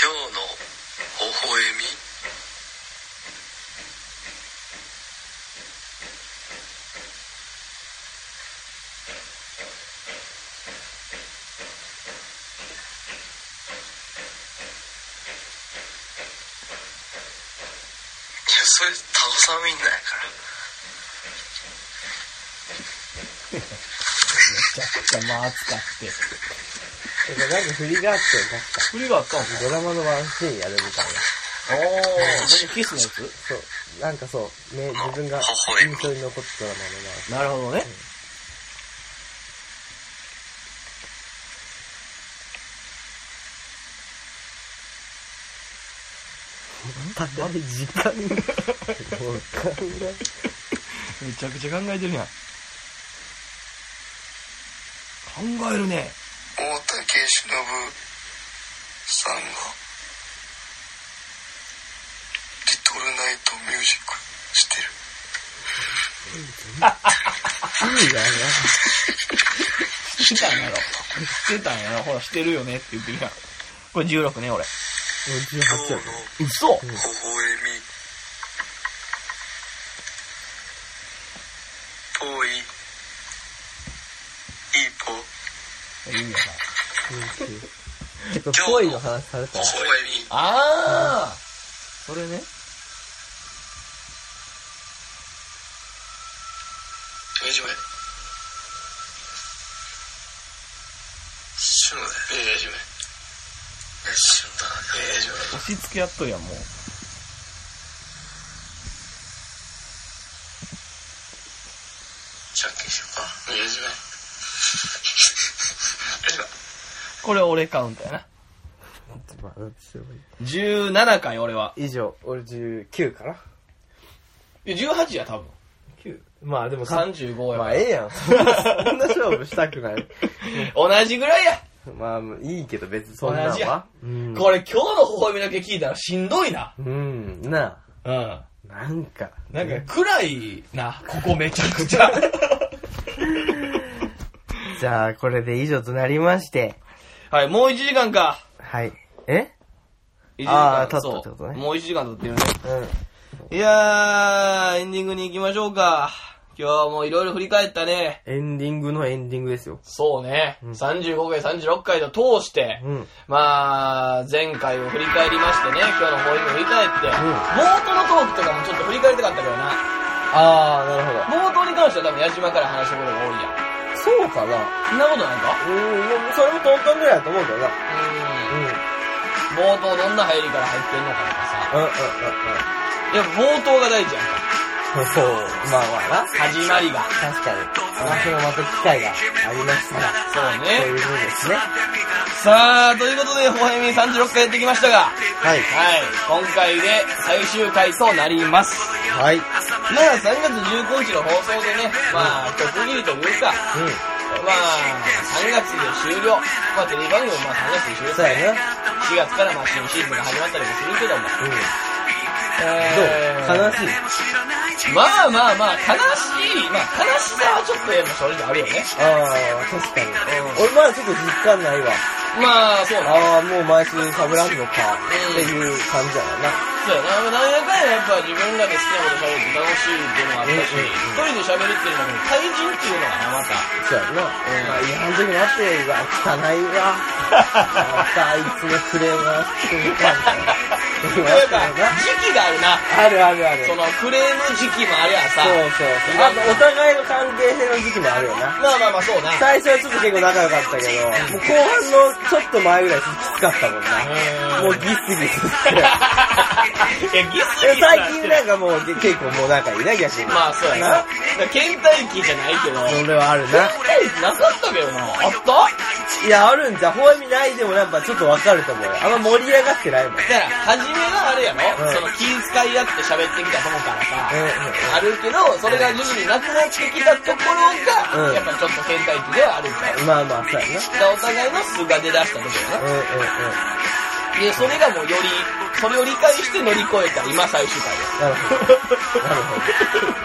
Speaker 4: 今日の微笑みいやそれ倒さみんなやから
Speaker 2: じゃあ、まあ、使って。
Speaker 3: だからなんか振りがあって、確か
Speaker 2: 振りがあったん
Speaker 3: ドラマのワンシーンやるみたい
Speaker 2: お
Speaker 3: な。
Speaker 2: ー、これキスのやつ
Speaker 3: そう。なんかそう、ね、自分が印象に残ったドラマのワンシ
Speaker 2: なるほどね。
Speaker 3: ーン。たかい時間に。もう考え
Speaker 2: めちゃくちゃ考えてるやん。考えるね。
Speaker 4: 大竹しのぶさんが「リトルナイトミュージック」してる
Speaker 3: 意味がない。
Speaker 2: してたんやろ。してたんやろ。ほら、してるよねって言ってるやん。これ16ね、俺。
Speaker 3: もう
Speaker 4: 今
Speaker 3: 18
Speaker 4: 日
Speaker 3: や
Speaker 4: の
Speaker 3: ね。
Speaker 2: 嘘
Speaker 4: 微笑みぽいいいぽ
Speaker 2: いいんやな。
Speaker 3: 結構恋の話されたら、
Speaker 4: 微笑み
Speaker 2: あーそれね。
Speaker 4: 大丈夫やで。し丈夫だよ。いや、大丈夫だよ。一緒だ。いや、大丈夫だよ。
Speaker 1: 押し付けやっとるやん、もう。
Speaker 4: じゃんけんしようか。いや、大丈夫だよ。大丈夫だ。
Speaker 1: これ俺カウントやな。
Speaker 3: まあ、なんてすればいい
Speaker 1: 17回俺は。
Speaker 3: 以上、俺19かな。
Speaker 1: いや18や、多分。
Speaker 3: 9? まあでもさ
Speaker 1: 35やか
Speaker 3: まあ
Speaker 1: ら。
Speaker 3: ええやん。そんな勝負したくない。
Speaker 1: 同じぐらいや。
Speaker 3: まあいいけど別にそんなん
Speaker 1: 同じや
Speaker 3: は。うん。
Speaker 1: これ今日の微笑みだけ聞いたらしんどいな。
Speaker 3: うん、な
Speaker 1: うん。な
Speaker 3: あ。なんか。
Speaker 1: んか暗いな、ここめちゃくちゃ。
Speaker 3: じゃあ、これで以上となりまして。
Speaker 1: はい、もう1時間か。
Speaker 3: はい。え
Speaker 1: 1時間
Speaker 3: あー経った
Speaker 1: そう
Speaker 3: ってことね
Speaker 1: もう1時間経ってるね。
Speaker 3: うん。
Speaker 1: いやー、エンディングに行きましょうか。今日もいろいろ振り返ったね。
Speaker 3: エンディングのエンディングですよ。
Speaker 1: そうね。35回、36回と通して、
Speaker 3: うん。
Speaker 1: まあ、前回を振り返りましてね、今日の放映も振り返って、
Speaker 3: ん
Speaker 1: 冒頭のトークとかもちょっと振り返りたかったからな。
Speaker 3: ああ、なるほ
Speaker 1: 冒頭に関しては多分矢島から話したことが多いやん。
Speaker 3: ど。そうかな。
Speaker 1: そんなことないか
Speaker 3: うん、でもそれも10日ぐらいだと思うけどな。
Speaker 1: うーん。冒頭どんな入りから入ってんのかとかさ。
Speaker 3: うん。うん、うん、うん、
Speaker 1: やっぱ冒頭が大事やんか。
Speaker 3: うん。そう、まあまあな。
Speaker 1: 始まりが。
Speaker 3: 確かに。話のまた機会がありました
Speaker 1: そ
Speaker 3: ら、
Speaker 1: う
Speaker 3: そういう
Speaker 1: ね。
Speaker 3: ことですね。
Speaker 1: さあ、ということで、ほへみ36回やってきましたが、
Speaker 3: はい。
Speaker 1: はい、今回で最終回となります。
Speaker 3: はい。うん。
Speaker 1: まあ、3月19日の放送でね、まあ、特技というか、まあ、3月で終了。まあ、テレビ番組もまあ3月で終了
Speaker 3: そうやね。
Speaker 1: 4月からまあ新シーズンが始まったりもするけども。
Speaker 3: うん。ど
Speaker 1: えー
Speaker 3: う悲しい。
Speaker 1: まあまあまあ、悲しい。まあ、悲しさはちょっとやっぱ正直あるよね。
Speaker 3: ああ、確かに。俺まだちょっと実感ないわ。
Speaker 1: まあ、そうな。
Speaker 3: ああ、もう毎週被らんのか、っていう感じだよな。
Speaker 1: そうやな。まあなんやかんややっぱ自分らで好きなこと喋るって楽しいっていうのもあったし、
Speaker 3: うんうん
Speaker 1: 一人で喋るっていうのも対人っていうのがな、また。
Speaker 3: そうやな。まあ、違反時になって、うわ、汚いわ。またあいつのクレームが 来てみたいな。言わ
Speaker 1: や
Speaker 3: れ
Speaker 1: ったぱ
Speaker 3: よな。
Speaker 1: 時期があるな。
Speaker 3: あるあるある。
Speaker 1: そのクレーム時期もありゃ
Speaker 3: そ
Speaker 1: さ
Speaker 3: う。そうそう。あと、お互いの関係性の時期もあるよな。
Speaker 1: まあまあまあそうな。
Speaker 3: 最初はちょっと結構仲良かったけど、もう後半のちょっと前ぐらいきつかったもんな。もうギスギスし
Speaker 1: い
Speaker 3: て。
Speaker 1: や、ギスギ
Speaker 3: で
Speaker 1: スな
Speaker 3: 最近なんかもう結構もう仲いいな、逆に。
Speaker 1: まあそうやな。だから倦怠期じゃないけど。
Speaker 3: それはあるな。
Speaker 1: 倦怠期なかったけどな。あった
Speaker 3: いや、あるんじゃ、ほえみないでもやっぱちょっとわかると思うよ。あんま盛り上がってないもん。う
Speaker 1: だ
Speaker 3: ん
Speaker 1: から、初めはあれやろ、
Speaker 3: うん
Speaker 1: その気遣い合って喋ってきたとこからさ、
Speaker 3: うんうん
Speaker 1: あるけど、それが徐々になくなってきたところが、
Speaker 3: うん
Speaker 1: やっぱちょっと倦怠期ではあるんだよ。だか
Speaker 3: まあまあ、そうやな。
Speaker 1: らお互いの素が出だしたところ
Speaker 3: う
Speaker 1: ね。
Speaker 3: んうんうん。
Speaker 1: で、それがもうより、それを理解して乗り越えた今最終回
Speaker 3: なるほど。なるほど。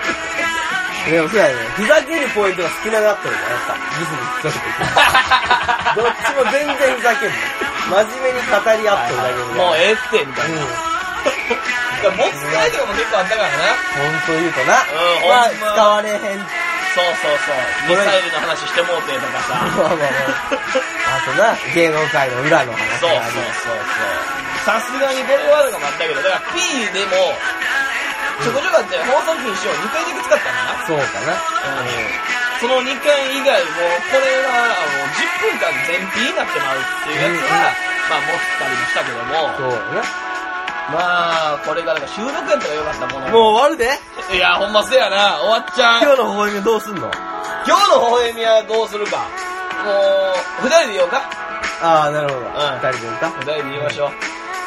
Speaker 3: でもそうやね。ふざけるポイントが少なくなったのかな、やっぱ。ギスギスし
Speaker 1: だ。
Speaker 3: てどっちも全然ふざけんの。真面目に語り合ってるだけみたいな。
Speaker 1: もうええって、みた
Speaker 3: う
Speaker 1: い
Speaker 3: ん
Speaker 1: な。。だから、持ち帰りとかも結構あったからな。うん
Speaker 3: 本当言うとな。まあ、
Speaker 1: ほんま
Speaker 3: 使われへん。
Speaker 1: そうそうそう。ミサイルの話してもうてと か
Speaker 3: まあ
Speaker 1: さ。
Speaker 3: まあまあ。あとな、芸能界の裏の話
Speaker 1: そうそう
Speaker 3: があ
Speaker 1: そう
Speaker 3: り
Speaker 1: そう。さすがにこれはあるかもあったけど、だから P でも、ちょこちょこあって放送禁止を2回だけ使ったんだな。
Speaker 3: そうかな。
Speaker 1: その2回以外も、これはもう10分間全 P になってまうっていうやつは、まあ持ったりもしたけど
Speaker 3: そ
Speaker 1: も、
Speaker 3: うや
Speaker 1: まあ、これがなんか収録やったらよかったもの
Speaker 3: な。
Speaker 1: の。
Speaker 3: もう終わるで
Speaker 1: いや、ほんませやな。終わっちゃ
Speaker 3: 今
Speaker 1: う。
Speaker 3: 日の微笑みどうすんの
Speaker 1: 今日の微笑みはどうするか。もう、二人で言おうか。
Speaker 3: ああ、なるほど。
Speaker 1: ん
Speaker 3: 二人で歌。
Speaker 1: 二人で言いましょう。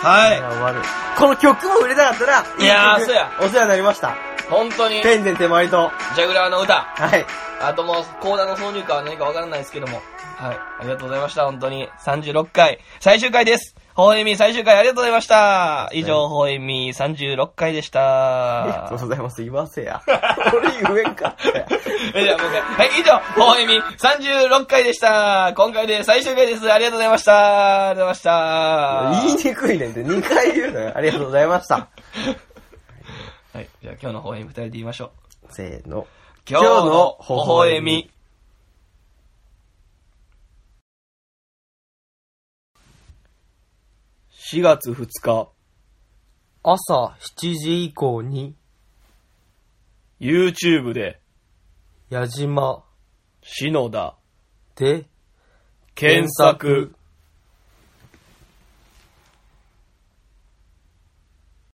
Speaker 1: は
Speaker 3: じゃあ終わる。この曲も売れたかったな。
Speaker 1: いやー
Speaker 3: 曲
Speaker 1: そうや
Speaker 3: お世話になりました。
Speaker 1: 本当に、ジ
Speaker 3: 天然手まりと。
Speaker 1: ャグラーの歌。
Speaker 3: はい。
Speaker 1: あともう、コーナーの挿入歌は何かわからないですけども。はい。ありがとうございました、本当に。36回、最終回です。ほえみ最終回ありがとうございました。以上、ほえみ36回でし
Speaker 3: ありがとう
Speaker 1: た。
Speaker 3: ございます。言わせや。俺言えんか ったや。
Speaker 1: えじゃあ、もう一回はい、以上、ほえみ36回でした。今回で最終回です。ありがとうございました。ありがとうございま
Speaker 3: 言い
Speaker 1: した。
Speaker 3: にくいねんって2回言うのよ。ありがとうございました。
Speaker 1: はい。じゃあ、今日のほえみ二人で言いましょう。
Speaker 3: せーの。
Speaker 1: 今日
Speaker 3: 今日
Speaker 1: の微
Speaker 3: の微
Speaker 1: 笑
Speaker 3: 笑
Speaker 1: み
Speaker 3: み。
Speaker 1: 4月2日、
Speaker 3: 朝7時以降に、
Speaker 1: YouTube で、
Speaker 3: 矢島
Speaker 1: 篠田、
Speaker 3: で、
Speaker 2: 検索。